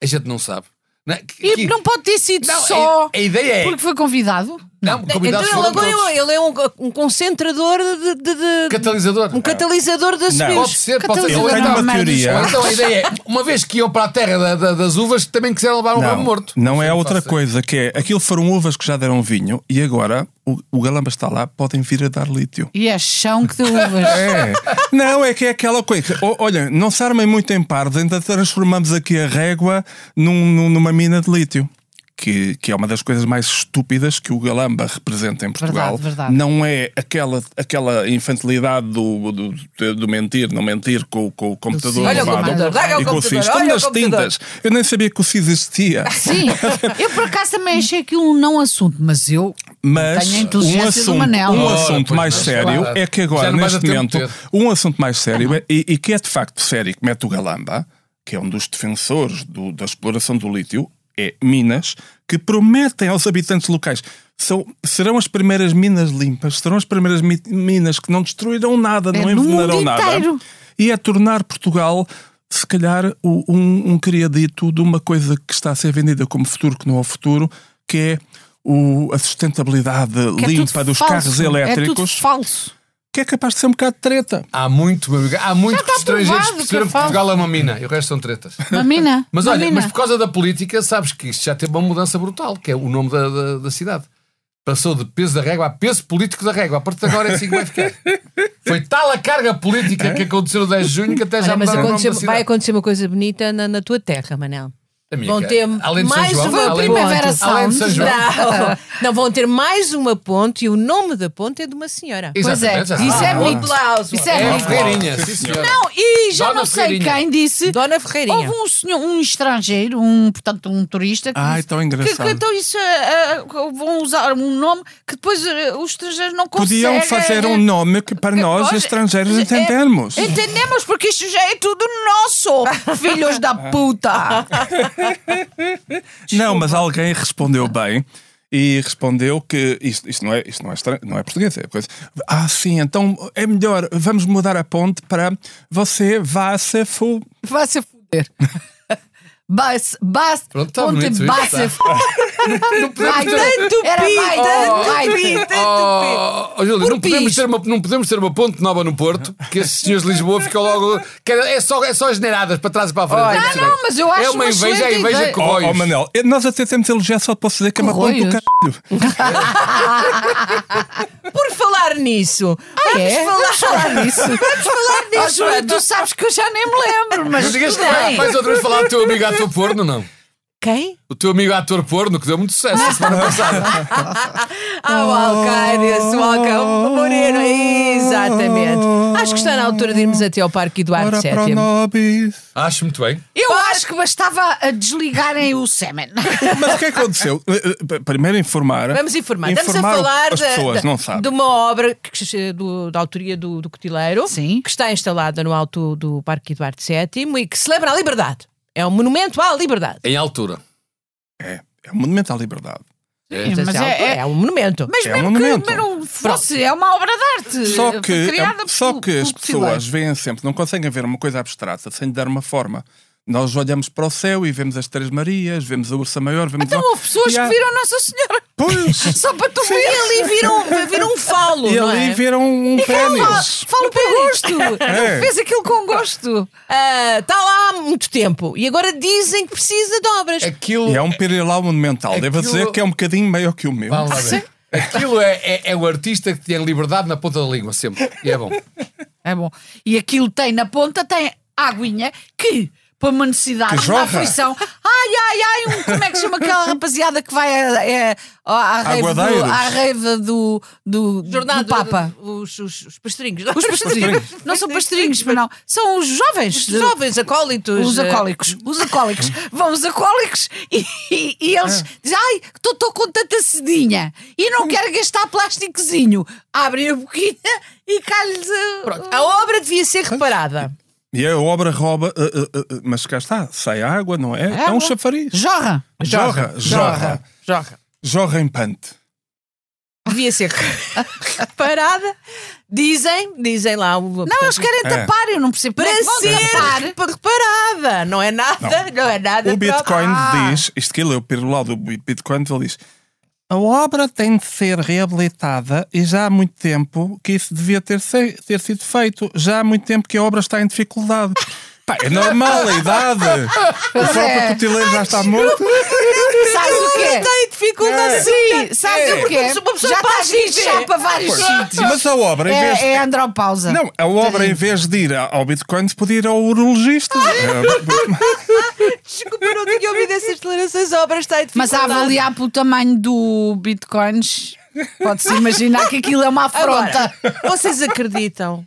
Speaker 2: A gente não sabe. Não, é? Que-
Speaker 1: E
Speaker 2: que-
Speaker 1: não pode ter sido
Speaker 2: Não,
Speaker 1: só
Speaker 2: a, a ideia é.
Speaker 1: porque foi convidado.
Speaker 2: Não,
Speaker 3: Então
Speaker 2: convidados
Speaker 3: ele
Speaker 2: foram
Speaker 3: agora
Speaker 2: todos.
Speaker 3: é- ele é um, um concentrador de. de- de-
Speaker 2: Catalisador.
Speaker 3: um catalisador de
Speaker 4: Não.
Speaker 2: Pode
Speaker 3: assumidos.
Speaker 2: ser, pode ser.
Speaker 1: Catalisador
Speaker 2: Ou
Speaker 4: Eu tenho
Speaker 2: então,
Speaker 4: uma
Speaker 1: mas-
Speaker 4: teoria.
Speaker 2: ou então a ideia é: uma vez que iam para a terra da- da- das uvas, também quiseram levar um ramo morto.
Speaker 4: não é
Speaker 2: Sim,
Speaker 4: outra
Speaker 2: faço.
Speaker 4: coisa, que é aquilo foram uvas que já deram vinho e agora o, o Galamba está lá, podem vir a dar lítio.
Speaker 1: E é chão que deu uvas.
Speaker 4: É. Não, é que é aquela coisa. O- olha, não se armem muito em pardos, ainda transformamos aqui a régua num- num- numa mina de lítio. Que, que é uma das coisas mais estúpidas que o Galamba representa em Portugal.
Speaker 1: Verdade, verdade.
Speaker 4: Não é aquela, aquela infantilidade do, do, do mentir, não mentir com, com o computador.
Speaker 1: sim.
Speaker 3: Olha o
Speaker 4: levado
Speaker 3: computador, dá-lhe ao
Speaker 4: e com o
Speaker 3: computador,
Speaker 4: CIS.
Speaker 3: olha
Speaker 4: Como
Speaker 3: ao
Speaker 4: nas
Speaker 3: computador.
Speaker 4: tintas. Eu nem sabia que o CIS existia.
Speaker 1: Sim, eu por acaso também achei aquilo um não assunto, mas eu
Speaker 4: Mas
Speaker 1: Tenho a
Speaker 4: um
Speaker 1: inteligência do
Speaker 4: assunto,
Speaker 1: Manel.
Speaker 4: um
Speaker 2: Ora,
Speaker 4: assunto
Speaker 2: pois
Speaker 4: mais
Speaker 2: não,
Speaker 4: sério
Speaker 2: claro.
Speaker 4: é que
Speaker 2: Já
Speaker 4: agora,
Speaker 2: não vais a
Speaker 4: neste
Speaker 2: tempo
Speaker 4: momento,
Speaker 2: de
Speaker 4: um assunto mais sério é- e, e que é de facto sério e que mete o Galamba, que é um dos defensores do- da exploração do lítio, é minas que prometem aos habitantes locais. São, serão as primeiras minas limpas, serão as primeiras mi- minas que não destruirão nada,
Speaker 1: É
Speaker 4: não
Speaker 1: no mundo
Speaker 4: envenenarão nada.
Speaker 1: inteiro.
Speaker 4: E é tornar Portugal, se calhar, o- um, um criadito de uma coisa que está a ser vendida como futuro, que não é o futuro, que é o- a sustentabilidade
Speaker 1: Que é tudo
Speaker 4: limpa dos
Speaker 1: falso,
Speaker 4: carros
Speaker 1: É tudo
Speaker 4: elétricos,
Speaker 1: falso.
Speaker 4: que é capaz de ser um bocado de treta.
Speaker 2: Há muito, meu amigo, há muito
Speaker 1: Já
Speaker 2: que
Speaker 1: está
Speaker 2: estrangeiros
Speaker 1: provado
Speaker 2: perceberam
Speaker 1: que é
Speaker 2: que
Speaker 1: falso.
Speaker 2: Portugal é uma mina e o resto são tretas.
Speaker 1: Uma mina.
Speaker 2: Mas
Speaker 1: uma
Speaker 2: olha,
Speaker 1: mina.
Speaker 2: mas por causa da política, sabes que isto já teve uma mudança brutal, que é o nome da, da, da cidade. Passou de peso da régua a peso político da régua. A partir de agora é assim que vai ficar. Foi tal a carga política que aconteceu no 10 de junho que até já
Speaker 3: Olha, mas
Speaker 2: mudaram o nome
Speaker 3: aconteceu-
Speaker 2: da cidade.
Speaker 3: vai acontecer uma coisa bonita na, na tua terra, Manel.
Speaker 2: Amiga,
Speaker 3: Vão ter
Speaker 2: além de São
Speaker 3: mais
Speaker 2: João,
Speaker 3: uma
Speaker 2: além-
Speaker 1: primavera
Speaker 2: Além de São
Speaker 1: sound.
Speaker 2: Tá, João.
Speaker 3: Não, não, vão ter mais uma ponte e o nome da ponte é de uma senhora.
Speaker 1: Pois é,
Speaker 2: Exatamente, já
Speaker 1: isso é
Speaker 2: está.
Speaker 1: muito.
Speaker 3: aplauso.
Speaker 1: Isso é
Speaker 2: É
Speaker 1: muito.
Speaker 2: Ferreirinha, sim senhora.
Speaker 1: Não, e já
Speaker 2: Dona
Speaker 1: não sei
Speaker 2: Ferreirinha.
Speaker 1: quem disse.
Speaker 3: Dona Ferreirinha.
Speaker 1: Houve um senhor, um estrangeiro, um, portanto, um turista que,
Speaker 4: Ai,
Speaker 1: disse-
Speaker 4: tão
Speaker 1: que
Speaker 4: engraçado.
Speaker 1: cantou isso, ah, ah, vão usar um nome que depois ah, os estrangeiros não conseguem. eh,
Speaker 4: Podiam fazer um nome que para nós,
Speaker 1: Olha,
Speaker 4: estrangeiros,
Speaker 1: é-
Speaker 4: entendermos.
Speaker 1: Entendemos porque isto já é tudo nosso, filhos da puta.
Speaker 4: Não, mas alguém respondeu bem e respondeu que isto, isto não é isto não é, estran- não é português é coisa ah sim então é melhor vamos mudar a ponte para você vá se fu
Speaker 1: Vai se foder. Bas, bas,
Speaker 2: Pronto, tá
Speaker 1: ponte
Speaker 2: bonito isso,
Speaker 1: bas-
Speaker 2: tá. Não podemos
Speaker 1: Vai,
Speaker 3: um
Speaker 2: ter-
Speaker 1: era vai, vai,
Speaker 2: Oh, oh, Júlio, não
Speaker 1: Por
Speaker 2: podemos,
Speaker 1: piso.
Speaker 2: ter uma, não podemos ter uma ponte nova no Porto, que esses senhores de Lisboa ficam logo. que é só, é só generadas para trás e para a frente.
Speaker 1: Não, não, mas eu acho
Speaker 2: É uma
Speaker 1: uma
Speaker 2: inveja, é
Speaker 1: excelente
Speaker 2: inveja
Speaker 1: ideia.
Speaker 2: de
Speaker 4: oh,
Speaker 2: corroios.
Speaker 4: oh, Manel eh, nós até temos elogiar só te posso dizer que é uma ponte do
Speaker 1: Corroios?
Speaker 4: caralho
Speaker 3: Por falar nisso,
Speaker 1: é?
Speaker 3: vamos falar nisso. Vamos falar
Speaker 1: Oh,
Speaker 3: nisso.
Speaker 1: Joana, tu sabes que eu já nem me lembro, mas
Speaker 2: Não digas que
Speaker 1: tudo
Speaker 2: vai-
Speaker 1: bem.
Speaker 2: vais outra vez falar do teu amigo ator porno, não?
Speaker 3: Quem?
Speaker 2: O teu amigo ator porno que deu muito sucesso a semana passada.
Speaker 3: Ah, o Alcaide, esse o Alcão Moreno, exatamente. Acho que está na altura de irmos até ao Parque Eduardo
Speaker 4: ora para o
Speaker 3: VII.
Speaker 4: nobis
Speaker 2: Acho muito bem.
Speaker 1: Eu acho que bastava a desligarem o sêmen.
Speaker 4: mas o que é que aconteceu Eh, eh, p- primeiro informar
Speaker 3: Vamos informar. Estamos a
Speaker 4: informar o-
Speaker 3: falar
Speaker 4: as
Speaker 3: da-
Speaker 4: pessoas
Speaker 3: da-
Speaker 4: não sabem
Speaker 3: de uma obra que- do- da autoria do, do Cotileiro,
Speaker 1: Sim.
Speaker 3: que está instalada no alto do Parque Eduardo VII e que celebra a liberdade. É um monumento à liberdade.
Speaker 2: Em altura.
Speaker 4: é é um monumento à liberdade
Speaker 1: Sim, mas
Speaker 3: Portanto,
Speaker 1: é-
Speaker 3: é, um monumento.
Speaker 1: Mas
Speaker 4: É um
Speaker 1: mesmo
Speaker 4: monumento.
Speaker 1: que mas não fosse, é uma obra de arte.
Speaker 4: Só que, é,
Speaker 1: criada
Speaker 4: só
Speaker 1: pelo-
Speaker 4: que as
Speaker 1: pelo Pilar.
Speaker 4: pessoas veem sempre, não conseguem ver uma coisa abstrata sem lhe dar uma forma. Nós olhamos para o céu e vemos as Três Marias, vemos a Ursa Maior, vemos.
Speaker 1: Então houve pessoas
Speaker 4: E há-
Speaker 1: que viram Nossa Senhora
Speaker 4: Pois!
Speaker 1: só para tu
Speaker 3: E
Speaker 1: ver.
Speaker 3: ali viram, viram um falo,
Speaker 4: e
Speaker 3: não
Speaker 4: ali
Speaker 3: é?
Speaker 4: viram um
Speaker 1: Ah,
Speaker 4: pênis.
Speaker 1: Falo para gosto.
Speaker 4: É.
Speaker 1: Fez aquilo com gosto.
Speaker 3: Ah, Está lá há muito tempo e agora dizem que precisa de obras.
Speaker 2: Aquilo.
Speaker 4: E é um pirilau monumental. Devo
Speaker 2: Aquilo-
Speaker 4: dizer que é um bocadinho maior que o meu.
Speaker 2: Vamos lá ver. um- Aquilo é, é, é o artista que tem liberdade na ponta da língua, sempre. E é bom.
Speaker 1: É bom. E aquilo tem na ponta, tem aguinha que, para uma necessidade,
Speaker 4: Que
Speaker 1: uma
Speaker 4: jorra.
Speaker 1: aflição. Ai, ai, ai, um, como é que se chama aquela rapaziada que vai a- é, à, raiva do,
Speaker 4: Aguadeiros.
Speaker 1: à raiva do, do,
Speaker 3: Jornada
Speaker 1: do Papa?
Speaker 3: Os, os, os pastorinhos.
Speaker 1: Os pastorinhos. Não são pastorinhos, mas não. São os jovens.
Speaker 3: Os jovens acólitos.
Speaker 1: Os
Speaker 3: eh,
Speaker 1: acólicos, os acólicos, vão os acólicos e, e- e eles
Speaker 4: Ah.
Speaker 1: dizem: Ai, estou com tanta cedinha e não quero gastar plásticozinho. Abrem a boquinha e calhes.
Speaker 3: Pronto, a obra devia ser reparada.
Speaker 4: E a obra rouba. eh, eh, eh, mas cá está, sai água, não é? É um
Speaker 1: Água.
Speaker 4: chafariz.
Speaker 1: Jorra!
Speaker 4: Jorra, jorra.
Speaker 3: Jorra.
Speaker 4: Jorra em pante.
Speaker 3: Devia ser reparada. Dizem, dizem lá. o-
Speaker 1: Não, eles querem
Speaker 4: É.
Speaker 1: tapar, eu não percebo. como é
Speaker 3: para
Speaker 1: que vão
Speaker 3: ser
Speaker 1: tapar.
Speaker 3: reparada. Não é nada, não, é nada.
Speaker 4: O Bitcoin
Speaker 3: para-
Speaker 1: Ah.
Speaker 4: diz, isto que ele é o pirulado do Bitcoin, ele diz a obra tem de ser reabilitada e já há muito tempo que isso devia ter, se- ter sido feito. Já há muito tempo que a obra está em dificuldade. Pá, é normal a idade. O
Speaker 1: é.
Speaker 4: próprio cutileiro já está morto.
Speaker 1: Sabes o
Speaker 3: Ah,
Speaker 1: quê?
Speaker 3: Está em dificuldade.
Speaker 1: Sim, sabes
Speaker 4: É.
Speaker 1: o quê?
Speaker 3: Uma pessoa
Speaker 1: Já tá
Speaker 3: para
Speaker 1: estás a ir
Speaker 3: viver.
Speaker 1: já para vários sítios.
Speaker 4: Mas a obra, em vez
Speaker 1: É, é andropausa.
Speaker 4: Não, a obra, em vez de ir ao Bitcoin, se podia ir ao urologista.
Speaker 3: Desculpa, eu não tinha ouvido essas declarações. A obra está em
Speaker 1: Mas
Speaker 3: dificuldade.
Speaker 1: a avaliar pelo tamanho do bitcoins, pode-se imaginar que aquilo é uma
Speaker 3: Agora,
Speaker 1: afronta.
Speaker 3: vocês acreditam?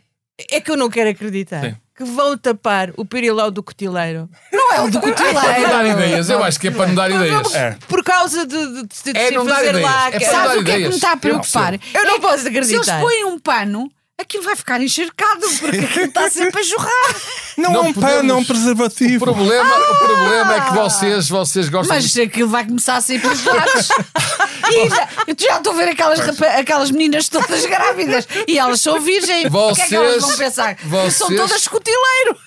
Speaker 3: É que eu não quero acreditar. que vão tapar o pirilau do cotileiro.
Speaker 1: Não é o do
Speaker 2: Para não dar
Speaker 1: cotileiro.
Speaker 2: ideias, eu acho que é para não dar ideias.
Speaker 4: É.
Speaker 3: Por causa de, de, de, de
Speaker 2: É
Speaker 3: se
Speaker 2: não dar
Speaker 3: fazer
Speaker 2: ideias.
Speaker 3: lá.
Speaker 2: É
Speaker 3: que-
Speaker 2: para dar
Speaker 1: Sabe o que é que me está a preocupar?
Speaker 3: Eu não
Speaker 1: É que
Speaker 3: posso
Speaker 1: Se eles
Speaker 3: acreditar.
Speaker 1: põem um pano, aquilo vai ficar encharcado, porque aquilo está sempre a jorrar.
Speaker 4: Não,
Speaker 2: Não
Speaker 4: é um pano, é um
Speaker 2: podemos.
Speaker 4: preservativo.
Speaker 2: O problema, o problema é que vocês, vocês gostam de
Speaker 1: Ah! Mas aquilo vai começar a sair pelos lados. E ainda- eu já estou a ver aquelas, rapa- aquelas meninas todas grávidas e elas são virgens. O que é que elas
Speaker 2: Vocês-
Speaker 1: vão pensar? São
Speaker 2: vocês-
Speaker 1: todas cotileiro.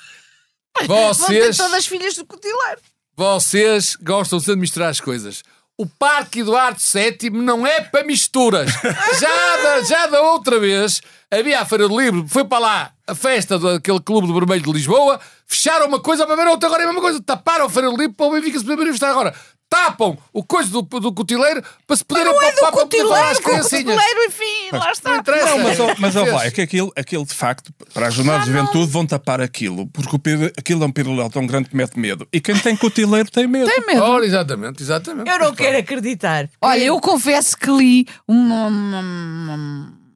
Speaker 1: Vão ter
Speaker 2: Vocês,
Speaker 1: todas filhas do cotileiro.
Speaker 2: vocês gostam de misturar as coisas. O Parque Eduardo VII não é para misturas. Já da, já da outra vez havia a Feira do Livro, foi para lá a festa daquele Clube do Vermelho de Lisboa, fecharam uma coisa para ver outra, agora é a mesma coisa. Taparam a Feira do Livro para o Benfica se poder manifestar agora. Tapam o coisa do, do cotileiro para se poderem
Speaker 1: Não é do
Speaker 2: papar para poder falar às
Speaker 1: cotileiro,
Speaker 2: criancinhas.
Speaker 1: cotileiro, enfim, lá está.
Speaker 2: interessa.
Speaker 4: Não, mas, ó, mas ó,
Speaker 2: Fez.
Speaker 4: vai, é que aquilo, aquilo de facto, para as jornadas de juventude vão tapar aquilo, porque o pir- aquilo é um pirilau tão grande que mete medo. E quem tem cotileiro tem medo.
Speaker 1: Tem medo.
Speaker 2: Ora, Oh, exatamente, exatamente.
Speaker 3: Eu não quero acreditar.
Speaker 1: Olha, eu confesso que li uma- uma-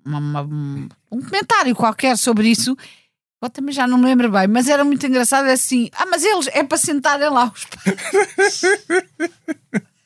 Speaker 1: uma- uma- uma- um comentário qualquer sobre isso. Eu também já não me lembro bem, mas era muito engraçado é assim. Ah, mas eles é para sentarem lá os pais.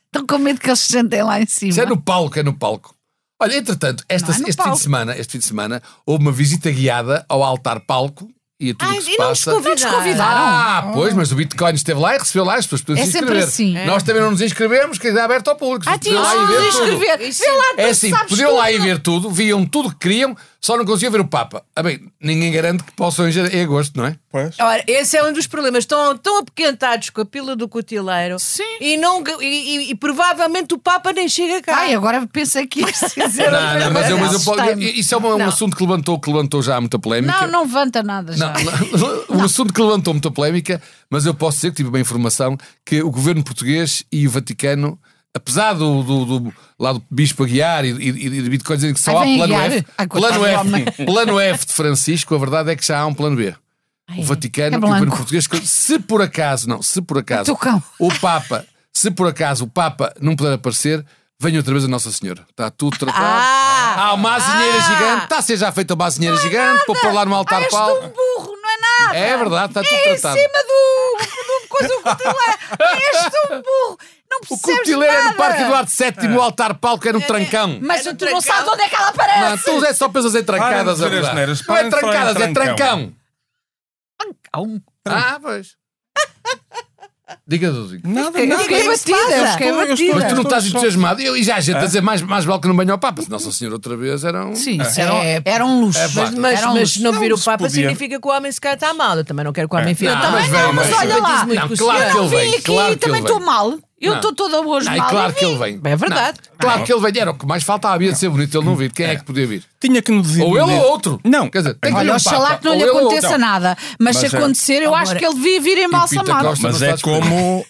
Speaker 1: Estão com medo que eles se sentem lá em cima.
Speaker 2: Isso é no palco, é no palco. Olha, entretanto, esta-
Speaker 1: Não é no
Speaker 2: este, fim
Speaker 1: palco.
Speaker 2: de semana, este fim de semana houve uma visita guiada ao altar palco e a tudo o
Speaker 3: Ai,
Speaker 2: que se
Speaker 3: e não nos
Speaker 2: passa.
Speaker 3: convidaram.
Speaker 1: convidaram. Oh.
Speaker 2: Ah, pois, mas o Bitcoin esteve lá e recebeu lá, as pessoas podiam
Speaker 1: É
Speaker 2: se
Speaker 1: sempre
Speaker 2: inscrever.
Speaker 1: assim.
Speaker 2: Nós também não nos inscrevemos, que é aberto ao público.
Speaker 1: Ah,
Speaker 2: Podiam
Speaker 1: tinham
Speaker 2: lá e
Speaker 1: de
Speaker 2: ver tudo.
Speaker 1: escrever. Vê lá, tu
Speaker 2: É assim,
Speaker 1: sabes
Speaker 2: podiam lá e
Speaker 1: tudo.
Speaker 2: ver tudo, viam tudo que queriam, só não conseguiam ver o Papa. Ah, bem, ninguém garante que possam ir em agosto, não é?
Speaker 4: Pois.
Speaker 3: Ora, esse é um dos problemas. Estão tão apequentados com a pila do cotileiro
Speaker 1: Sim.
Speaker 3: E, não, e, e- e provavelmente o Papa nem chega cá.
Speaker 1: Ai, agora pensei que ias dizer. outra
Speaker 2: Não, não, mas
Speaker 1: coisa.
Speaker 2: eu, mas eu posso-
Speaker 1: Assustei-me.
Speaker 2: isso é um, é um
Speaker 1: Não.
Speaker 2: assunto que levantou, que levantou já muita polémica.
Speaker 1: Não, não levanta nada já.
Speaker 2: Não, o assunto que levantou muita polémica, mas eu posso dizer que tive uma informação que o governo português e o Vaticano, apesar do, do, do- lá do Bispo Aguiar e, e, e do Bitcoin dizerem que só
Speaker 1: Ai,
Speaker 2: há
Speaker 1: vem
Speaker 2: plano
Speaker 1: Aguiar.
Speaker 2: F,
Speaker 1: Ai, coitado
Speaker 2: plano,
Speaker 1: do homem.
Speaker 2: F plano F de Francisco, a verdade é que já há um plano B. O Vaticano
Speaker 1: É
Speaker 2: e o governo
Speaker 1: blanco.
Speaker 2: português, que se por acaso, não, se por acaso,
Speaker 1: É tocão.
Speaker 2: o Papa, se por acaso o Papa não puder aparecer, venha outra vez a Nossa Senhora. Está tudo tratado.
Speaker 3: Ah!
Speaker 2: há uma azinheira
Speaker 3: Ah!
Speaker 2: gigante, está a ser já feita uma azinheira gigante, para pôr lá no
Speaker 1: é Ah,
Speaker 2: altar
Speaker 1: és
Speaker 2: pau.
Speaker 1: tu um burro, não é nada.
Speaker 2: É verdade, está tudo
Speaker 1: é em
Speaker 2: tratado.
Speaker 1: cima do, do coisa do cotileiro.
Speaker 3: É
Speaker 1: És tu um burro. Não
Speaker 2: O
Speaker 1: percebes
Speaker 2: cotileiro é
Speaker 1: nada.
Speaker 2: no Parque Eduardo VII, o altar palco é no Trancão.
Speaker 1: Mas
Speaker 3: É no
Speaker 1: tu não
Speaker 3: trancão.
Speaker 1: sabes onde é que ela
Speaker 2: Não,
Speaker 1: aparece.
Speaker 2: tu é só pensas em
Speaker 4: Parem
Speaker 2: trancadas
Speaker 4: de dizer
Speaker 2: agora.
Speaker 4: asneiras,
Speaker 2: Não é
Speaker 4: parem de falar em
Speaker 2: trancadas, é
Speaker 4: trancão.
Speaker 2: trancão.
Speaker 1: Não.
Speaker 2: Ah, pois. Diga, Dudu.
Speaker 4: Nada,
Speaker 1: Eu
Speaker 4: nada.
Speaker 1: fiquei
Speaker 3: que é que se
Speaker 1: batida, eu
Speaker 3: passa?
Speaker 1: fiquei
Speaker 4: Eu estou- eu
Speaker 1: batida.
Speaker 2: Mas tu não
Speaker 4: Estou
Speaker 2: estás
Speaker 4: só-
Speaker 2: entusiasmado. Eu- E já há gente a dizer mais, mais vale que não venha ao Papa. Se Nossa Senhora outra vez era um.
Speaker 1: Sim, isso
Speaker 2: É.
Speaker 1: é, era um luxo.
Speaker 2: É, pá.
Speaker 1: mas,
Speaker 3: Mas,
Speaker 1: era um
Speaker 3: mas
Speaker 1: luxo.
Speaker 3: não vir o
Speaker 4: se
Speaker 3: Papa
Speaker 4: podia.
Speaker 3: simpática que o homem se calhar está mal. Eu também não quero que o homem fique.
Speaker 2: Não,
Speaker 3: Tá
Speaker 2: mas
Speaker 3: bem,
Speaker 2: vem, mas
Speaker 3: eu
Speaker 2: olha
Speaker 3: simpatizo
Speaker 1: lá.
Speaker 3: muito
Speaker 2: Não,
Speaker 3: com o
Speaker 2: claro
Speaker 3: senhor.
Speaker 2: que ele
Speaker 1: Vim
Speaker 2: vem,
Speaker 1: aqui
Speaker 2: claro que
Speaker 1: também
Speaker 2: ele
Speaker 1: estou
Speaker 2: vem.
Speaker 1: mal. Eu
Speaker 2: Não.
Speaker 1: estou toda hoje
Speaker 2: Ai,
Speaker 1: mal.
Speaker 2: claro
Speaker 1: e
Speaker 2: que
Speaker 1: vim.
Speaker 2: ele vem.
Speaker 3: É verdade.
Speaker 2: Não, Claro que ele vem. Era o que mais faltava. Havia de ser bonito ele não vir. Quem é que podia vir?
Speaker 4: Tinha que nos
Speaker 2: Ou
Speaker 4: iludir.
Speaker 2: ele ou outro.
Speaker 4: Não.
Speaker 2: Quer dizer, tem que vir
Speaker 1: Olha,
Speaker 2: um
Speaker 1: oxalá
Speaker 2: Papa.
Speaker 1: que não lhe
Speaker 2: Ou ele ou
Speaker 1: aconteça
Speaker 2: outro.
Speaker 1: nada. Mas, se
Speaker 4: Mas é-
Speaker 1: acontecer, eu acho
Speaker 3: Agora-
Speaker 1: que ele devia vir em Balsamar.
Speaker 2: Costa.
Speaker 4: Mas
Speaker 2: Não
Speaker 4: é
Speaker 2: estás
Speaker 4: como.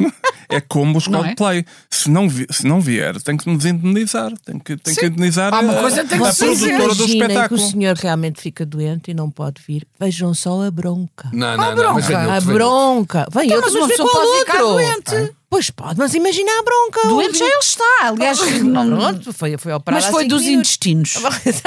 Speaker 4: É como os
Speaker 1: Não é?
Speaker 4: Coldplay. Se, não vi- se não vier, tem que nos indenizar. Tem que, tem que indenizar
Speaker 1: Há uma
Speaker 4: a-
Speaker 1: coisa que tem que
Speaker 4: a
Speaker 1: se dizer.
Speaker 4: produtora do
Speaker 3: Imaginem
Speaker 4: espetáculo.
Speaker 3: que o senhor realmente fica doente e não pode vir. Vejam só a bronca.
Speaker 2: Não, não, não. Mas vem
Speaker 1: bronca.
Speaker 2: outro, vem
Speaker 3: a
Speaker 2: outro.
Speaker 3: bronca. Vem
Speaker 1: Então,
Speaker 3: outro,
Speaker 1: mas uma
Speaker 3: mas vem com
Speaker 1: pessoa pode ficar
Speaker 3: o outro.
Speaker 1: doente.
Speaker 3: Pois pode, mas imagina a bronca.
Speaker 1: Doente já ele está. Aliás, não-
Speaker 3: Pronto, foi, foi operado
Speaker 1: mas
Speaker 3: há
Speaker 1: foi
Speaker 3: cinco
Speaker 1: dos
Speaker 3: minutos.
Speaker 1: intestinos.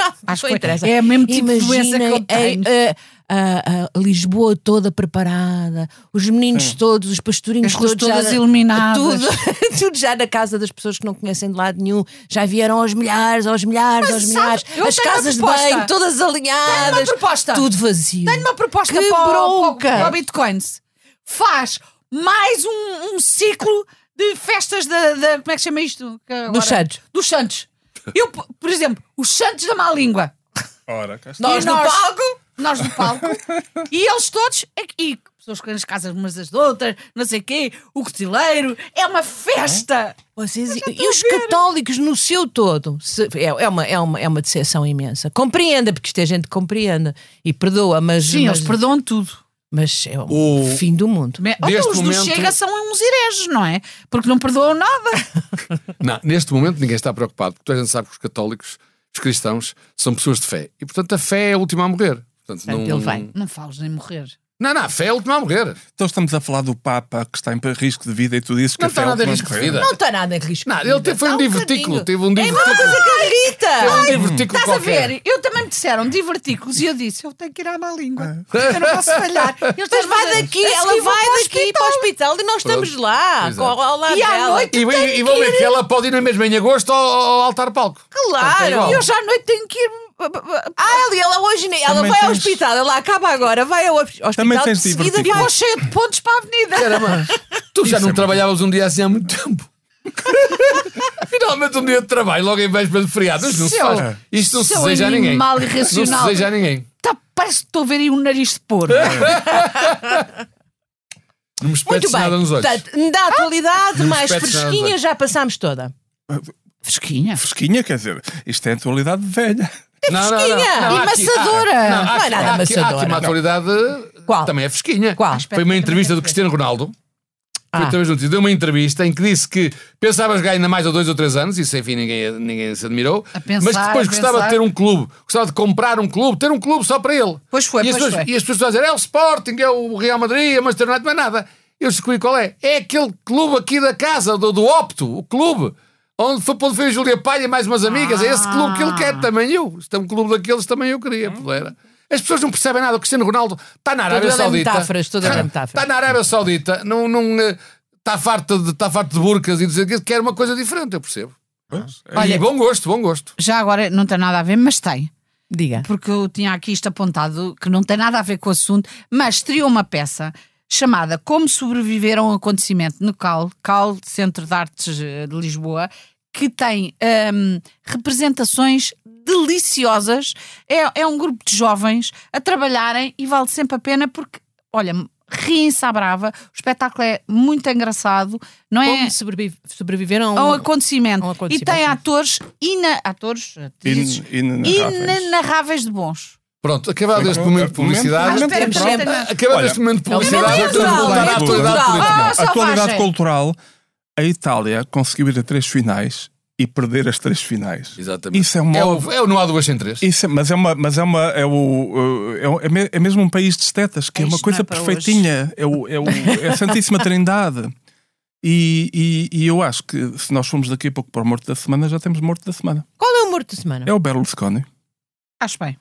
Speaker 1: que
Speaker 3: Acho que
Speaker 1: foi.
Speaker 3: interessa.
Speaker 1: É o mesmo tipo de doença que eu
Speaker 3: Imaginem A, a- a Lisboa toda preparada, os meninos todos, os pastorinhos
Speaker 1: As ruas
Speaker 3: todos. já-
Speaker 1: todas iluminadas.
Speaker 3: Tudo, tudo já na casa das pessoas que não conhecem de lado nenhum. Já vieram aos milhares, aos milhares,
Speaker 1: Mas
Speaker 3: aos
Speaker 1: sabe,
Speaker 3: milhares.
Speaker 1: eu
Speaker 3: As
Speaker 1: tenho uma
Speaker 3: casas de
Speaker 1: proposta.
Speaker 3: banho todas alinhadas.
Speaker 1: proposta.
Speaker 3: Tudo vazio.
Speaker 1: Tenho uma proposta
Speaker 3: Que
Speaker 1: para, o-
Speaker 3: bronca.
Speaker 1: para o Bitcoins. Faz mais um, um ciclo de festas da, da- Como é que chama isto? Que agora-
Speaker 3: Dos Santos.
Speaker 1: Dos Santos. Eu, p- por exemplo, os Santos da Má Língua.
Speaker 4: Ora, cá está.
Speaker 3: Nós
Speaker 1: E
Speaker 3: no palco.
Speaker 1: Nós no palco. e eles todos aqui. Pessoas com as casas umas das outras, não sei o quê. O cotileiro. É uma
Speaker 3: É?
Speaker 1: festa.
Speaker 3: Vocês, e os católicos no seu todo? Se- é, é uma, é, uma, é uma decepção imensa. Compreenda, porque isto é gente que compreende e perdoa, mas,
Speaker 1: Sim,
Speaker 3: mas,
Speaker 1: eles perdoam tudo.
Speaker 3: mas é o
Speaker 2: O-
Speaker 3: fim do mundo.
Speaker 1: Bem, olha,
Speaker 2: Deste
Speaker 1: os do
Speaker 2: momento-
Speaker 1: Chega são uns hereges, não é? Porque não perdoam nada.
Speaker 2: Não, neste momento ninguém está preocupado, porque toda a gente sabe que os católicos, os cristãos, são pessoas de fé. E, portanto, a fé é a última a morrer. Portanto,
Speaker 3: Portanto,
Speaker 2: não,
Speaker 3: ele vai.
Speaker 1: Não falas nem morrer.
Speaker 2: Não, não, a fé é a última a morrer.
Speaker 4: Então estamos a falar do Papa que está em risco de vida e tu dizes que
Speaker 2: Não
Speaker 4: a fé
Speaker 2: está
Speaker 4: é o
Speaker 2: nada em
Speaker 4: que
Speaker 2: risco de
Speaker 4: morrer.
Speaker 2: vida.
Speaker 3: Não está nada em risco.
Speaker 2: Não, ele teve- foi um
Speaker 3: Está
Speaker 2: divertículo,
Speaker 3: bocadinho.
Speaker 2: teve um
Speaker 3: É uma
Speaker 2: divertículo.
Speaker 3: coisa que ele grita.
Speaker 2: um divertículo
Speaker 1: Estás a
Speaker 2: qualquer.
Speaker 1: ver? Eu também me disseram divertículos e eu disse: eu tenho que ir à má língua. Eu não posso falhar. Eles
Speaker 3: Mas
Speaker 1: disseram,
Speaker 3: vai
Speaker 1: mas
Speaker 3: daqui,
Speaker 1: a seguir
Speaker 3: ela
Speaker 1: vou
Speaker 3: vai
Speaker 1: para o
Speaker 3: daqui para o hospital e nós estamos
Speaker 2: Pronto.
Speaker 3: lá,
Speaker 2: Exato.
Speaker 3: com, ao lado
Speaker 1: E à
Speaker 3: dela.
Speaker 1: noite?
Speaker 2: E, e, e vão ver que ela pode ir na mesma em agosto ao, ao altar-palco. Portanto, é
Speaker 3: Claro!
Speaker 2: igual.
Speaker 1: E hoje à noite tenho que ir.
Speaker 3: Ah, ali, ela hoje nem- ela
Speaker 4: Também
Speaker 3: vai ao
Speaker 4: tens-
Speaker 3: hospital, ela acaba agora, vai ao hospital
Speaker 4: Também tens
Speaker 3: de seguida
Speaker 4: divertido.
Speaker 1: E
Speaker 3: vai
Speaker 1: vou
Speaker 3: ao
Speaker 1: cheio de pontos para a avenida.
Speaker 2: Caramba, tu já
Speaker 4: Isso
Speaker 2: não
Speaker 4: é
Speaker 2: trabalhavas um dia assim há muito tempo. Finalmente um dia de trabalho, logo em véspera de feriado. Isto não se
Speaker 1: Seu-
Speaker 2: faz. Isto não se
Speaker 1: seu
Speaker 2: deseja a ninguém.
Speaker 1: animal
Speaker 2: Não
Speaker 1: irracional.
Speaker 2: se deseja a ninguém.
Speaker 1: Tá, parece que estou a ver aí um nariz de porco.
Speaker 2: Não me
Speaker 3: Muito
Speaker 2: espetes
Speaker 3: bem.
Speaker 2: nada nos olhos.
Speaker 3: Portanto, da atualidade
Speaker 2: Não
Speaker 3: mais
Speaker 2: espetes nada nos
Speaker 3: fresquinha
Speaker 2: olhos.
Speaker 3: já passámos toda.
Speaker 1: Fresquinha.
Speaker 4: Fresquinha, quer dizer, isto é a atualidade velha.
Speaker 2: não,
Speaker 3: É fresquinha e
Speaker 2: há aqui-
Speaker 1: maçadora.
Speaker 2: há- há
Speaker 3: Não é
Speaker 2: aqui-
Speaker 3: nada
Speaker 2: há aqui- Há aqui
Speaker 3: maçadora.
Speaker 2: uma atualidade
Speaker 3: Qual?
Speaker 2: também é fresquinha.
Speaker 3: Qual?
Speaker 2: Foi uma entrevista do Cristiano Ronaldo. Foi
Speaker 3: Ah.
Speaker 2: outra vez notícia. Deu uma entrevista em que disse que pensava jogar ainda mais ou dois ou três anos, isso enfim ninguém, ninguém se admirou,
Speaker 1: A pensar,
Speaker 2: mas que depois
Speaker 1: a
Speaker 2: gostava
Speaker 1: pensar.
Speaker 2: de ter um clube, gostava de comprar um clube, ter um clube só para ele.
Speaker 1: Pois foi,
Speaker 2: e as
Speaker 1: pois
Speaker 2: pessoas,
Speaker 1: foi.
Speaker 2: E as pessoas estão a dizer, é o Sporting, é o Real Madrid, é o Manchester United, não é nada. Eu descobri qual é. É aquele clube aqui da casa, do, do Opto, o clube. Onde foi, onde foi a Júlia Palha e mais umas amigas. É esse clube que ele
Speaker 1: Ah.
Speaker 2: quer, também eu. Isto é um clube daqueles, também eu queria,
Speaker 1: Hum.
Speaker 2: pudera. As pessoas não percebem nada. O Cristiano Ronaldo está na Arábia
Speaker 1: é
Speaker 3: a dar
Speaker 2: Saudita.
Speaker 3: metáforas, estou a dar
Speaker 2: Está-
Speaker 3: metáforas.
Speaker 2: Está na Arábia Saudita. Não, não, eh, está, farto de, está farto de burcas e dizer que quer uma coisa diferente, eu percebo. Olha,
Speaker 1: Olha-
Speaker 2: e bom gosto, bom gosto.
Speaker 1: Já agora não tem nada a ver, mas tem.
Speaker 3: Diga.
Speaker 1: Porque eu tinha aqui isto apontado que não tem nada a ver com o assunto, mas estreou uma peça chamada Como Sobreviver a um Acontecimento no CAL, CAL Centro de Artes eh, de Lisboa, que tem ahm, representações deliciosas. É, é um grupo de jovens a trabalharem e vale sempre a pena porque, olha, riem-se à brava, o espetáculo é muito engraçado, não é?
Speaker 3: Como sobrevi- sobreviveram
Speaker 1: a um
Speaker 3: a um...
Speaker 1: acontecimento.
Speaker 3: a um
Speaker 1: E
Speaker 3: acontecimento.
Speaker 1: tem atores, ina, atores atrizes,
Speaker 4: In- inenarráveis.
Speaker 1: inenarráveis de bons.
Speaker 2: Pronto, acabado este momento de publicidade. Ah,
Speaker 1: momento-
Speaker 4: Momento-
Speaker 1: Ah, espera,
Speaker 4: Momento-
Speaker 1: espera,
Speaker 2: Acabado
Speaker 4: Olha,
Speaker 2: este momento de
Speaker 3: é o
Speaker 2: publicidade,
Speaker 3: momento
Speaker 2: vamos
Speaker 3: cultural.
Speaker 2: voltar à
Speaker 3: Momento
Speaker 2: atualidade
Speaker 3: cultural.
Speaker 2: política.
Speaker 1: Ah,
Speaker 4: A atualidade
Speaker 1: selvagem.
Speaker 4: cultural, a Itália conseguiu ir a três finais e perder as três finais.
Speaker 2: Exatamente.
Speaker 4: Isso é um
Speaker 2: É
Speaker 4: modo.
Speaker 2: o, é o Não Há Duas Sem Três.
Speaker 4: Isso é- mas é uma, mas é uma, é o, é, o- é me- é mesmo um país de estetas que é,
Speaker 1: Isto
Speaker 4: uma
Speaker 1: não
Speaker 4: coisa
Speaker 1: é para
Speaker 4: perfeitinha. É, o, é, o, é a Santíssima Trindade. E, e, e eu acho que se nós formos daqui a pouco para o morto da semana, já temos morto da semana.
Speaker 3: Qual é o morto da semana?
Speaker 4: É o Berlusconi,
Speaker 1: Acho bem.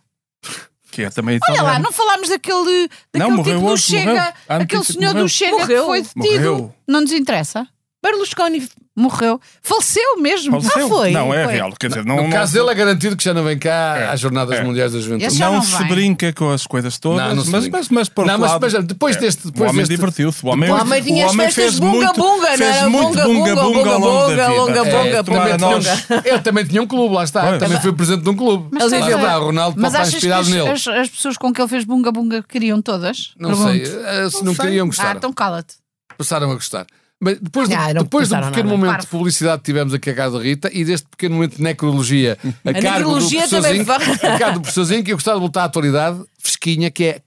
Speaker 4: que é também
Speaker 1: Olha
Speaker 4: italiano.
Speaker 1: lá, não falámos daquele, daquele
Speaker 4: Não, morreu
Speaker 1: tipo do
Speaker 4: hoje, morreu.
Speaker 1: Chega,
Speaker 4: Ah, não
Speaker 1: aquele
Speaker 4: disse-
Speaker 1: senhor
Speaker 4: morreu.
Speaker 1: do Chega
Speaker 3: Morreu.
Speaker 1: que foi detido.
Speaker 4: Morreu.
Speaker 1: Não nos interessa.
Speaker 3: Berlusconi.
Speaker 1: Morreu. Faleceu mesmo. Ah,
Speaker 4: Faleceu.
Speaker 3: foi,
Speaker 4: Não, é
Speaker 3: foi.
Speaker 4: real. Quer dizer, não,
Speaker 2: No
Speaker 4: não-
Speaker 2: caso dele é garantido que já não vem cá
Speaker 4: É,
Speaker 2: às Jornadas
Speaker 4: é.
Speaker 2: Mundiais da Juventude.
Speaker 1: Esse já
Speaker 4: não,
Speaker 1: não
Speaker 4: se
Speaker 1: vai.
Speaker 4: brinca com as coisas todas,
Speaker 2: Não, não se
Speaker 4: mas,
Speaker 2: brinca.
Speaker 4: mas, mas por
Speaker 2: Não,
Speaker 4: outro
Speaker 2: mas-
Speaker 4: lado, é,
Speaker 2: mas depois deste- depois
Speaker 4: o homem
Speaker 2: deste- é,
Speaker 4: divertiu-se. O homem,
Speaker 2: O
Speaker 3: homem tinha
Speaker 4: o
Speaker 3: as
Speaker 4: homem
Speaker 3: festas
Speaker 4: fez
Speaker 3: bunga,
Speaker 4: muito,
Speaker 3: bunga, não
Speaker 4: fez
Speaker 3: era?
Speaker 4: muito
Speaker 3: Bunga,
Speaker 4: bunga,
Speaker 3: bunga,
Speaker 4: ao longo da
Speaker 3: bunga,
Speaker 4: vida.
Speaker 3: bunga,
Speaker 4: É,
Speaker 3: bunga,
Speaker 4: tomara
Speaker 2: também
Speaker 4: nós-
Speaker 2: tinha um- ele também tinha um clube, lá está.
Speaker 4: Pois.
Speaker 2: também foi presidente de um clube.
Speaker 1: Mas
Speaker 2: lá
Speaker 1: tens razão.
Speaker 2: está, o Ronaldo
Speaker 1: Mas
Speaker 2: pode estar
Speaker 1: achas que
Speaker 2: inspirado
Speaker 1: as,
Speaker 2: nele.
Speaker 1: as- as pessoas com que ele fez bunga-bunga queriam todas?
Speaker 2: Não sei, eh, se não queriam
Speaker 1: Ah,
Speaker 2: gostar.
Speaker 1: então cala-te.
Speaker 2: Passaram a gostar. Mas depois do,
Speaker 3: Ah, não
Speaker 2: depois do
Speaker 3: pensaram
Speaker 2: pequeno
Speaker 3: nada.
Speaker 2: momento
Speaker 1: Parvo.
Speaker 2: de publicidade que tivemos aqui a casa da Rita e deste pequeno momento de necrologia a, cargo do
Speaker 3: necrologia
Speaker 2: professor Zinco,
Speaker 3: também vai.
Speaker 2: a cargo do professor Zinco, eu gostava de voltar à atualidade fresquinha, que é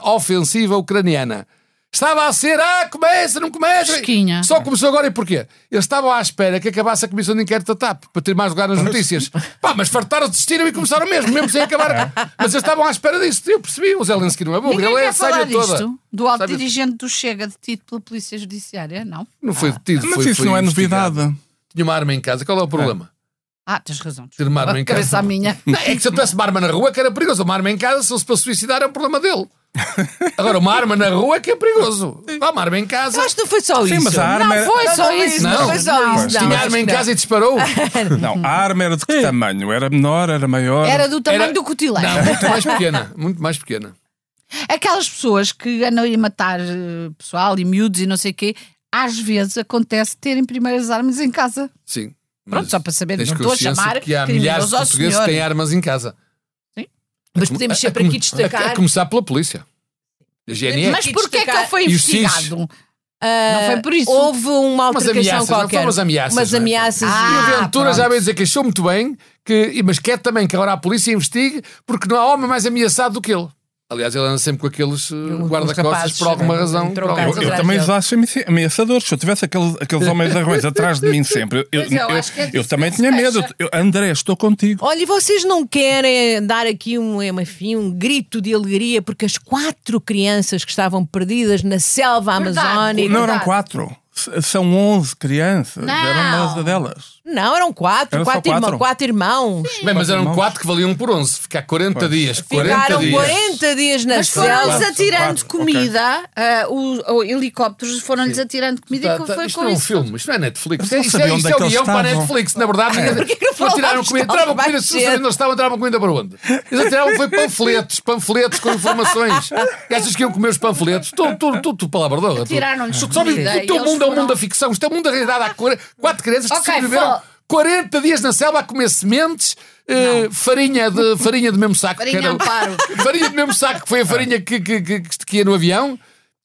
Speaker 2: contra-ofensiva ucraniana. Estava a ser, ah, começa, não começa.
Speaker 1: Fresquinha.
Speaker 2: Só começou agora e porquê? Eles estavam à espera que acabasse a comissão de inquérito da TAP para ter mais lugar nas notícias. Pá, mas fartaram, desistiram e começaram mesmo, mesmo sem acabar. Mas eles estavam à espera disso. Eu percebi, o Zelensky não é burro,
Speaker 1: Ninguém
Speaker 2: ele é a
Speaker 1: quer falar
Speaker 2: saia toda.
Speaker 1: disto. Do alto
Speaker 2: Sábia-
Speaker 1: dirigente do Chega detido pela Polícia Judiciária? Não.
Speaker 2: Não foi detido,
Speaker 4: Mas
Speaker 2: foi-
Speaker 4: isso
Speaker 2: foi
Speaker 4: não é
Speaker 2: investigado.
Speaker 4: novidade.
Speaker 2: Tinha uma arma em casa, qual é o problema?
Speaker 1: Ah, tens razão.
Speaker 2: Ter uma arma em casa.
Speaker 1: Cabeça à minha.
Speaker 2: Não, é que se eu tivesse uma arma na rua que era perigoso. Uma arma em casa, se fosse para suicidar, é um problema dele. Agora, uma arma na rua é que é perigoso. Vá, uma arma em casa.
Speaker 3: Eu acho que não foi só
Speaker 4: Sim,
Speaker 3: isso.
Speaker 4: mas a arma
Speaker 1: Não
Speaker 4: era-
Speaker 1: foi
Speaker 3: Não,
Speaker 1: só
Speaker 3: não,
Speaker 1: isso. é
Speaker 2: não.
Speaker 1: Não foi só
Speaker 3: Não.
Speaker 1: isso. não.
Speaker 2: Tinha arma em
Speaker 3: não.
Speaker 2: casa e disparou.
Speaker 4: Não, a arma era de que tamanho? Era menor, era maior?
Speaker 1: Era do tamanho
Speaker 2: Era-
Speaker 1: do cotilete.
Speaker 2: Não, muito mais pequena. Muito mais pequena.
Speaker 1: Aquelas pessoas que andam a ir matar eh, pessoal e miúdos e não sei o quê, às vezes acontece terem primeiras armas em casa.
Speaker 2: Sim.
Speaker 1: Pronto,
Speaker 2: Mas
Speaker 1: só para saber,
Speaker 2: tens
Speaker 1: não estou a
Speaker 2: consciência
Speaker 1: chamar
Speaker 2: que há
Speaker 1: criminosos
Speaker 2: milhares de
Speaker 1: ao
Speaker 2: portugueses que
Speaker 1: senhor.
Speaker 2: têm armas em casa.
Speaker 3: Mas podemos sempre aqui
Speaker 2: A,
Speaker 3: destacar.
Speaker 2: a começar pela polícia. A GNR.
Speaker 1: Mas
Speaker 3: E
Speaker 1: porquê é que
Speaker 3: destacar-
Speaker 1: ele foi
Speaker 2: E os CIS?
Speaker 1: investigado?
Speaker 3: ah,
Speaker 1: Não foi por isso.
Speaker 3: Houve uma
Speaker 2: Umas
Speaker 3: altercação
Speaker 2: ameaças, não
Speaker 3: qualquer.
Speaker 2: foram umas ameaças,
Speaker 3: Umas
Speaker 2: não é?
Speaker 3: ameaças. um
Speaker 1: Ah,
Speaker 2: E o Ventura
Speaker 1: pronto.
Speaker 2: já veio dizer que achou muito bem, que, mas quer também que agora a polícia investigue, porque não há homem mais ameaçado do que ele. Aliás, ele anda sempre com aqueles eh,
Speaker 3: uns
Speaker 2: guarda-costas
Speaker 3: rapazes,
Speaker 2: por alguma
Speaker 3: eh,
Speaker 2: razão. por
Speaker 3: trocados
Speaker 4: Eu,
Speaker 2: algum-
Speaker 4: eu
Speaker 3: atrás
Speaker 4: também
Speaker 3: dele.
Speaker 4: os acho ame- ameaçadores. Se eu tivesse aqueles, aqueles homens arrões atrás de mim sempre, eu,
Speaker 1: Mas eu acho que é
Speaker 4: eu-
Speaker 1: disso
Speaker 4: eu também
Speaker 1: que
Speaker 4: tinha
Speaker 1: se
Speaker 4: medo.
Speaker 1: queixa.
Speaker 4: Eu- André, estou contigo.
Speaker 3: Olha, e vocês não querem dar aqui um, enfim, um grito de alegria porque as quatro crianças que estavam perdidas na selva
Speaker 1: Verdade.
Speaker 3: amazónica.
Speaker 4: Não
Speaker 1: verdade.
Speaker 4: eram quatro. S- São 11 crianças.
Speaker 1: Não.
Speaker 4: Eram 11 delas.
Speaker 3: Não, eram quatro,
Speaker 4: Eram só
Speaker 3: quatro, irmã-
Speaker 4: quatro?
Speaker 3: quatro irmãos.
Speaker 2: Bem, mas eram
Speaker 4: irmãos.
Speaker 2: 4 que valiam por 11. Ficar 40 dias. 40
Speaker 3: Ficaram
Speaker 2: dias.
Speaker 3: 40 dias na
Speaker 1: Mas
Speaker 3: selva.
Speaker 1: foram-lhes
Speaker 4: Quatro,
Speaker 1: atirando
Speaker 4: quatro,
Speaker 1: comida, ah, os ou helicópteros foram-lhes atirando comida
Speaker 2: Tá,
Speaker 1: e
Speaker 2: tá,
Speaker 1: foi
Speaker 2: isto
Speaker 1: com
Speaker 2: não é um
Speaker 1: isso.
Speaker 2: filme, isto não é Netflix. Isto
Speaker 4: não
Speaker 2: é, isto
Speaker 4: sabia
Speaker 2: é,
Speaker 4: onde
Speaker 2: isto
Speaker 4: é
Speaker 2: é
Speaker 4: que
Speaker 2: o
Speaker 4: eles
Speaker 2: guião para a
Speaker 4: estavam.
Speaker 2: Netflix, na verdade.
Speaker 3: Porquê que não
Speaker 2: Não tiraram
Speaker 3: falámos
Speaker 2: comida,
Speaker 3: tão
Speaker 2: entravam
Speaker 3: mais
Speaker 2: comida, se
Speaker 3: cedo?
Speaker 2: onde eles estavam, entravam comida para onde? Eles atiravam, foi panfletos, panfletos com informações. E achas que iam comer os panfletos? Tu, tu, tu, tu palavrador. tu.
Speaker 1: Tiraram-lhes
Speaker 2: Só- só-
Speaker 1: comida
Speaker 2: O
Speaker 1: e
Speaker 2: teu
Speaker 1: eles
Speaker 2: mundo é o mundo
Speaker 1: foram-
Speaker 2: da ficção, isto é o mundo da realidade. Há quar- quatro crianças que
Speaker 1: Ok,
Speaker 2: sobreviveram
Speaker 1: fala.
Speaker 2: 40 dias na selva a comer sementes. eh, farinha, de, farinha do mesmo saco
Speaker 1: Farinha
Speaker 2: que era-
Speaker 1: Amparo.
Speaker 2: farinha do mesmo saco que foi a farinha que, que, que, que- que ia no avião.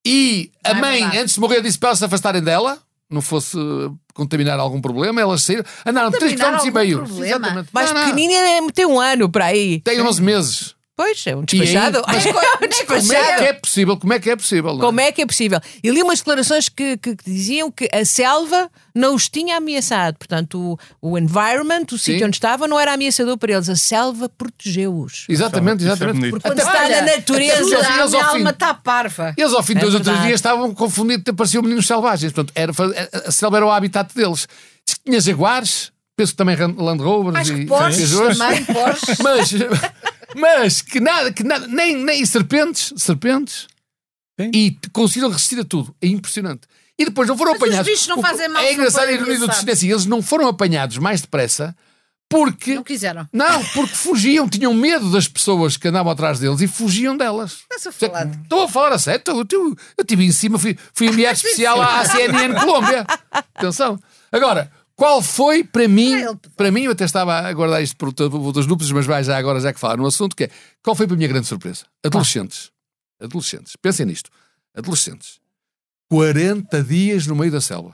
Speaker 2: E a
Speaker 1: Não é
Speaker 2: mãe,
Speaker 1: verdade.
Speaker 2: antes de morrer, disse para elas se afastarem dela, não fosse eh, contaminar algum problema. Elas saíram, andaram 3
Speaker 1: Contaminar
Speaker 2: km e
Speaker 1: algum
Speaker 2: meio.
Speaker 1: problema?
Speaker 2: Exatamente.
Speaker 3: Mais
Speaker 2: Não, não.
Speaker 3: pequenina é- tem um ano para aí.
Speaker 2: Tem 11 meses.
Speaker 3: Pois, é um
Speaker 2: E aí?
Speaker 3: despachado.
Speaker 2: Mas
Speaker 3: é um
Speaker 2: Como é que
Speaker 3: despachado.
Speaker 2: é possível? Como é que é possível? não é?
Speaker 3: Como é que é possível? E li umas declarações que, que- que diziam que a selva não os tinha ameaçado. Portanto, o, o environment, o sítio onde estavam, não era ameaçador para eles. A selva protegeu-os.
Speaker 2: Exatamente,
Speaker 4: Isso é
Speaker 2: exatamente.
Speaker 4: bonito.
Speaker 3: Quando está
Speaker 1: Olha,
Speaker 3: na natureza,
Speaker 1: ajuda,
Speaker 2: eles
Speaker 1: a minha
Speaker 2: ao fim-
Speaker 1: alma está parva.
Speaker 2: Eles ao fim de
Speaker 3: É
Speaker 2: dois ou três
Speaker 3: verdade.
Speaker 2: dias estavam confundidos, até pareciam meninos selvagens. Portanto, era, fa- a selva era o habitat deles. Diz que tinha jaguares, penso que também Ran- Land Rovers
Speaker 1: Acho
Speaker 2: e
Speaker 1: que
Speaker 2: e
Speaker 1: Porsche
Speaker 2: Jaguars.
Speaker 1: também, Porsche.
Speaker 2: Mas, mas que nada, que nada, nem, nem e serpentes, serpentes,
Speaker 4: Sim.
Speaker 2: e t- conseguiram resistir a tudo. É impressionante. E depois não foram
Speaker 1: Mas os
Speaker 2: apanhados.
Speaker 1: bichos não
Speaker 2: O que-
Speaker 1: fazem mal,
Speaker 2: É
Speaker 1: não
Speaker 2: engraçado a
Speaker 1: podem
Speaker 2: ironia do
Speaker 1: pensar.
Speaker 2: destino. é assim, eles não foram apanhados mais depressa porque.
Speaker 1: Não quiseram.
Speaker 2: Não, porque fugiam, tinham medo das pessoas que andavam atrás deles e fugiam delas.
Speaker 1: Estás a falar de-
Speaker 2: Estou a falar a sério, estou- estou- eu estive em cima, fui, fui enviado especial à, à CNN Colômbia. Atenção. Agora, qual foi para mim,
Speaker 1: ele-
Speaker 2: para mim, eu até estava a guardar isto por outra- por outras duplas, mas vai já agora, já que falar no assunto, que é qual foi para a minha grande surpresa? Adolescentes. Adolescentes. Pensem nisto. Adolescentes. 40 dias no meio da selva.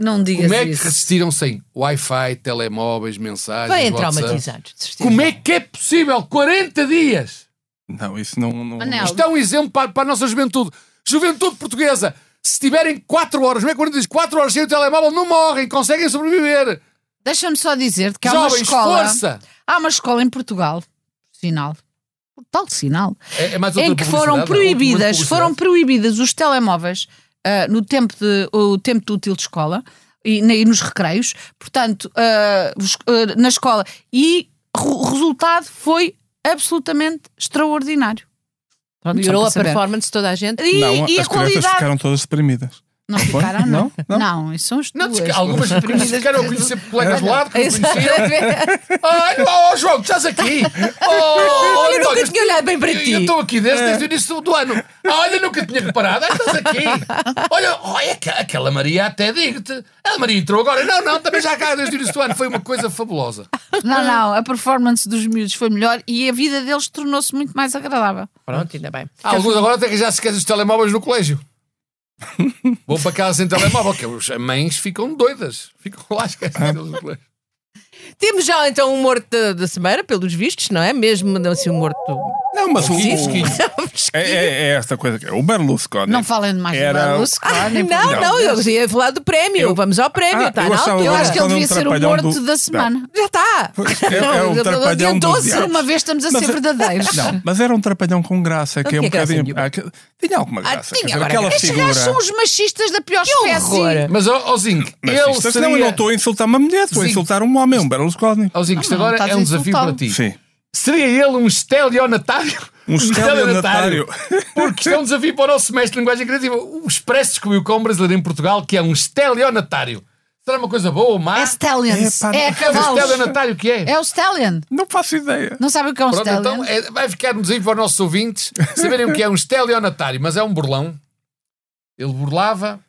Speaker 1: Não digas
Speaker 2: Como é que
Speaker 1: isso.
Speaker 2: resistiram sem Wi-Fi, telemóveis, mensagens?
Speaker 3: Vêm
Speaker 2: WhatsApp?
Speaker 3: traumatizados. de certeza.
Speaker 2: Como é que é possível? 40 dias!
Speaker 4: Não, isso não. não-
Speaker 1: Anel.
Speaker 2: Isto é um exemplo para, para a nossa juventude. Juventude portuguesa, se tiverem 4 horas, não é 40 dias, 4 horas sem o telemóvel, não morrem, conseguem sobreviver.
Speaker 1: Deixa-me só dizer que há uma
Speaker 2: Jovens,
Speaker 1: escola.
Speaker 2: força!
Speaker 1: Há uma escola em Portugal, sinal, tal sinal,
Speaker 2: É, é mais outra
Speaker 1: em que foram
Speaker 2: publicidade, não?
Speaker 1: proibidas,
Speaker 2: Outra
Speaker 1: foram
Speaker 2: publicidade.
Speaker 1: proibidos os telemóveis ah, no tempo de o tempo de útil de escola e, na- e nos recreios, portanto, ah, os- ah, na escola e o resultado foi absolutamente extraordinário. Pronto, só
Speaker 3: Melhorou
Speaker 1: para
Speaker 3: a
Speaker 1: saber.
Speaker 3: performance de toda a gente.
Speaker 1: E,
Speaker 4: Não,
Speaker 1: e a
Speaker 4: as crianças
Speaker 1: qualidade
Speaker 4: ficaram todas deprimidas.
Speaker 1: não ficaram não.
Speaker 4: Não?
Speaker 1: isso são as
Speaker 2: Não, diz que
Speaker 1: tuas.
Speaker 2: algumas
Speaker 1: Deprimidas
Speaker 2: que querem
Speaker 1: de-
Speaker 2: conhecer colegas do lado, que não conheciam.
Speaker 3: Exatamente.
Speaker 2: Ai, oh, João, tu estás aqui! Oh,
Speaker 3: Eu nunca
Speaker 2: António,
Speaker 3: tinha olhado bem para
Speaker 2: eu-
Speaker 3: ti.
Speaker 2: Eu estou aqui desde, desde o início do ano. Ah, olha, nunca tinha reparado. Ah, estás aqui. Olha, olha aqua- aquela Maria até digo-te. A Maria entrou agora. Não, não, também já cá desde o início do ano. Foi uma coisa fabulosa.
Speaker 1: Não, não, a performance dos miúdos foi melhor e a vida deles tornou-se muito mais agradável.
Speaker 3: Pronto, ainda bem.
Speaker 2: Há alguns Ah, agora até que já se esquecem dos telemóveis no colégio. Vão para casa sem telemóvel, que os mães ficam doidas. Ficam lá
Speaker 4: Ah.
Speaker 2: esquecidas no colégio.
Speaker 3: Temos já então um morto da, da semana, pelos vistos, não é? Mesmo assim, um morto.
Speaker 4: Não, mas o. o- É,
Speaker 3: Não,
Speaker 4: é- é esta coisa. que é. O Berlusconi.
Speaker 1: Não falem de mais
Speaker 4: Era-
Speaker 1: Era... Berlusconi. por
Speaker 3: não,
Speaker 1: favor.
Speaker 3: eu ia falar do prémio.
Speaker 4: Eu-
Speaker 3: Vamos ao prémio,
Speaker 4: Ah,
Speaker 3: está
Speaker 4: eu
Speaker 3: na
Speaker 4: achava-
Speaker 3: altura.
Speaker 1: Eu acho que ele
Speaker 4: Agora
Speaker 1: devia
Speaker 4: só
Speaker 1: ser
Speaker 4: num
Speaker 1: o
Speaker 4: trapalhão
Speaker 1: morto
Speaker 4: do-
Speaker 1: da semana.
Speaker 3: Já está.
Speaker 4: é- é um
Speaker 3: Não,
Speaker 4: trapalhão do
Speaker 3: adiantou-se.
Speaker 4: diabo.
Speaker 1: Uma vez estamos a ser verdadeiros.
Speaker 4: Não, mas era um trapalhão com graça, que é um
Speaker 3: tinha graça
Speaker 4: bocadinho.
Speaker 3: nenhuma.
Speaker 4: ah, que- Tinha alguma
Speaker 3: Ah,
Speaker 4: graça.
Speaker 3: tinha,
Speaker 4: quer dizer,
Speaker 3: agora,
Speaker 4: aquela
Speaker 1: Estes gajos são
Speaker 4: figura.
Speaker 1: os machistas da pior espécie.
Speaker 3: horror.
Speaker 2: Mas, ó, ó Zinho,
Speaker 4: Mas
Speaker 2: ele
Speaker 4: isto-
Speaker 2: seria...
Speaker 4: é, Não, eu não estou a insultar uma mulher, estou a
Speaker 2: Sim.
Speaker 4: insultar um homem, um Berlusconi.
Speaker 2: Ó Zinho, isto
Speaker 1: Não, não,
Speaker 2: agora
Speaker 1: estás
Speaker 2: é
Speaker 1: a
Speaker 2: um desafio
Speaker 1: insultá-lo.
Speaker 2: para ti.
Speaker 4: Sim.
Speaker 2: Seria ele um estelionatário?
Speaker 4: Um estelionatário.
Speaker 2: Porque isto é um desafio para o nosso mestre de linguagem criativa. O Expresso descobriu com um brasileiro em Portugal que é um estelionatário. Será uma coisa boa ou má?
Speaker 1: É stallions.
Speaker 4: É, pá,
Speaker 1: É, a
Speaker 4: é um
Speaker 2: É um
Speaker 1: cavalos.
Speaker 2: estelionatário que é.
Speaker 1: É o stallion.
Speaker 4: Não faço ideia.
Speaker 1: Não sabem o que é um
Speaker 2: Pronto,
Speaker 1: stallion?
Speaker 2: então é- vai ficar um desafio para os nossos ouvintes saberem o que é um estelionatário, mas é um burlão. Ele burlava.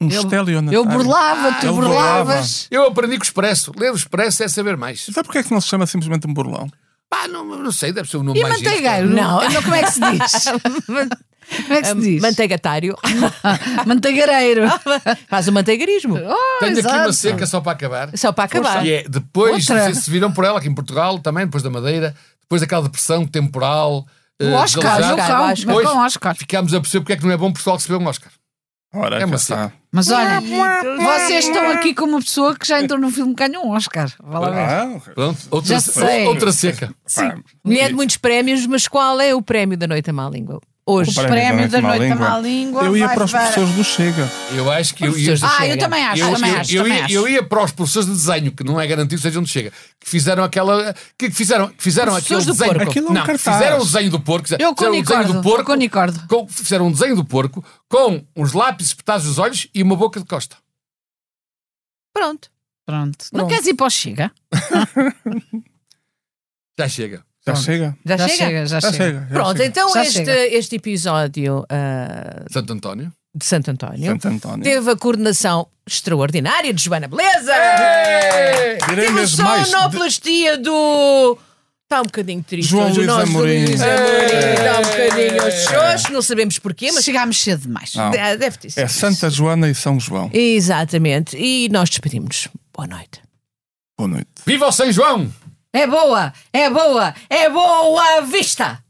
Speaker 4: Um
Speaker 1: Eu-
Speaker 4: estelionatário.
Speaker 1: Eu burlava, tu
Speaker 4: ele
Speaker 1: burlavas.
Speaker 2: Eu aprendi com o Expresso. Ler o Expresso é saber mais.
Speaker 4: Sabe porquê é que não se chama simplesmente um burlão?
Speaker 2: Pá, não, não sei, deve ser um nome
Speaker 1: E
Speaker 2: mais giro.
Speaker 1: manteigueiro?
Speaker 3: Não.
Speaker 1: Não, como é que se diz? Como é que se
Speaker 3: um
Speaker 1: diz? Ah,
Speaker 3: Manteigatário.
Speaker 1: Manteigareiro. Oh,
Speaker 3: Faz o manteigarismo.
Speaker 2: Tenho aqui
Speaker 1: Exato.
Speaker 2: uma seca só para acabar.
Speaker 3: Só para acabar.
Speaker 2: E é depois,
Speaker 1: Outra.
Speaker 2: não sei se viram por ela, aqui em Portugal também, depois da Madeira, depois daquela depressão temporal,
Speaker 1: O Oscar,
Speaker 2: legalizado.
Speaker 1: o cão,
Speaker 3: Oscar,
Speaker 1: o cão
Speaker 2: Pois.
Speaker 1: Oscar.
Speaker 2: Ficámos a perceber porque é que não é bom Portugal receber um Oscar.
Speaker 4: Ora,
Speaker 2: É uma
Speaker 4: cá
Speaker 2: seca.
Speaker 4: está.
Speaker 1: Mas olha, vocês estão aqui com uma pessoa que já entrou num filme que ganhou um Oscar. Vá lá ver.
Speaker 4: Ah,
Speaker 2: Pronto, outra,
Speaker 1: Já sei.
Speaker 2: outra seca.
Speaker 4: pá, um
Speaker 3: Mulher de muitos prémios, mas qual é o prémio da Noite à Má Língua? Hoje.
Speaker 4: Prémio
Speaker 1: Prémio
Speaker 4: da
Speaker 1: da
Speaker 4: Noite
Speaker 1: Noite à
Speaker 4: Má
Speaker 1: Má Língua.
Speaker 4: Eu ia
Speaker 1: vai
Speaker 4: para os
Speaker 1: para-
Speaker 4: professores do Chega.
Speaker 2: Eu acho que eu ia.
Speaker 3: Professores do
Speaker 1: Ah,
Speaker 3: Chega.
Speaker 1: eu também acho,
Speaker 2: Eu, eu,
Speaker 1: também acho.
Speaker 2: eu
Speaker 1: também
Speaker 2: ia,
Speaker 1: acho.
Speaker 2: eu ia para os professores de desenho, que não é garantido que seja onde chega, que fizeram aquela. que fizeram, que fizeram aquele
Speaker 3: Professores do
Speaker 2: desenho.
Speaker 3: porco.
Speaker 4: Aquilo é um
Speaker 2: não,
Speaker 4: cartaz.
Speaker 2: fizeram o desenho do porco.
Speaker 1: Eu com
Speaker 2: fizeram o desenho
Speaker 1: unicórnio,
Speaker 2: do
Speaker 1: eu com unicórnio.
Speaker 2: porco. com- fizeram um desenho do porco com uns lápis espetados nos olhos e uma boca de costa.
Speaker 3: Pronto.
Speaker 1: Pronto. Não queres ir para o Chega?
Speaker 2: Já chega.
Speaker 4: Já
Speaker 1: Pronto.
Speaker 4: chega.
Speaker 3: Já,
Speaker 1: Já
Speaker 3: chega?
Speaker 1: chega, já
Speaker 4: Já
Speaker 1: chega.
Speaker 4: chega. já
Speaker 3: Pronto,
Speaker 4: chega.
Speaker 3: então
Speaker 1: Já
Speaker 3: este,
Speaker 1: chega.
Speaker 3: este episódio ah,
Speaker 2: Santo António.
Speaker 3: de Santo António
Speaker 4: Santo António.
Speaker 3: teve a coordenação extraordinária de Joana Beleza. Teve
Speaker 4: Direi
Speaker 3: a
Speaker 4: mesmo mais. de-
Speaker 3: sonoplastia do. Está um bocadinho triste.
Speaker 4: João
Speaker 3: hoje, o
Speaker 4: Luís
Speaker 3: nosso
Speaker 4: Amorim. É.
Speaker 3: Luís Amorim. Está um bocadinho xoxo, não sabemos porquê, mas
Speaker 1: Chegámos cedo demais.
Speaker 4: Não.
Speaker 3: de- deve ter sido.
Speaker 4: É Santa Joana e São João.
Speaker 3: Exatamente. E nós despedimos. Boa noite.
Speaker 4: Boa noite.
Speaker 2: Viva o São João!
Speaker 3: É boa, é boa, é boa vista!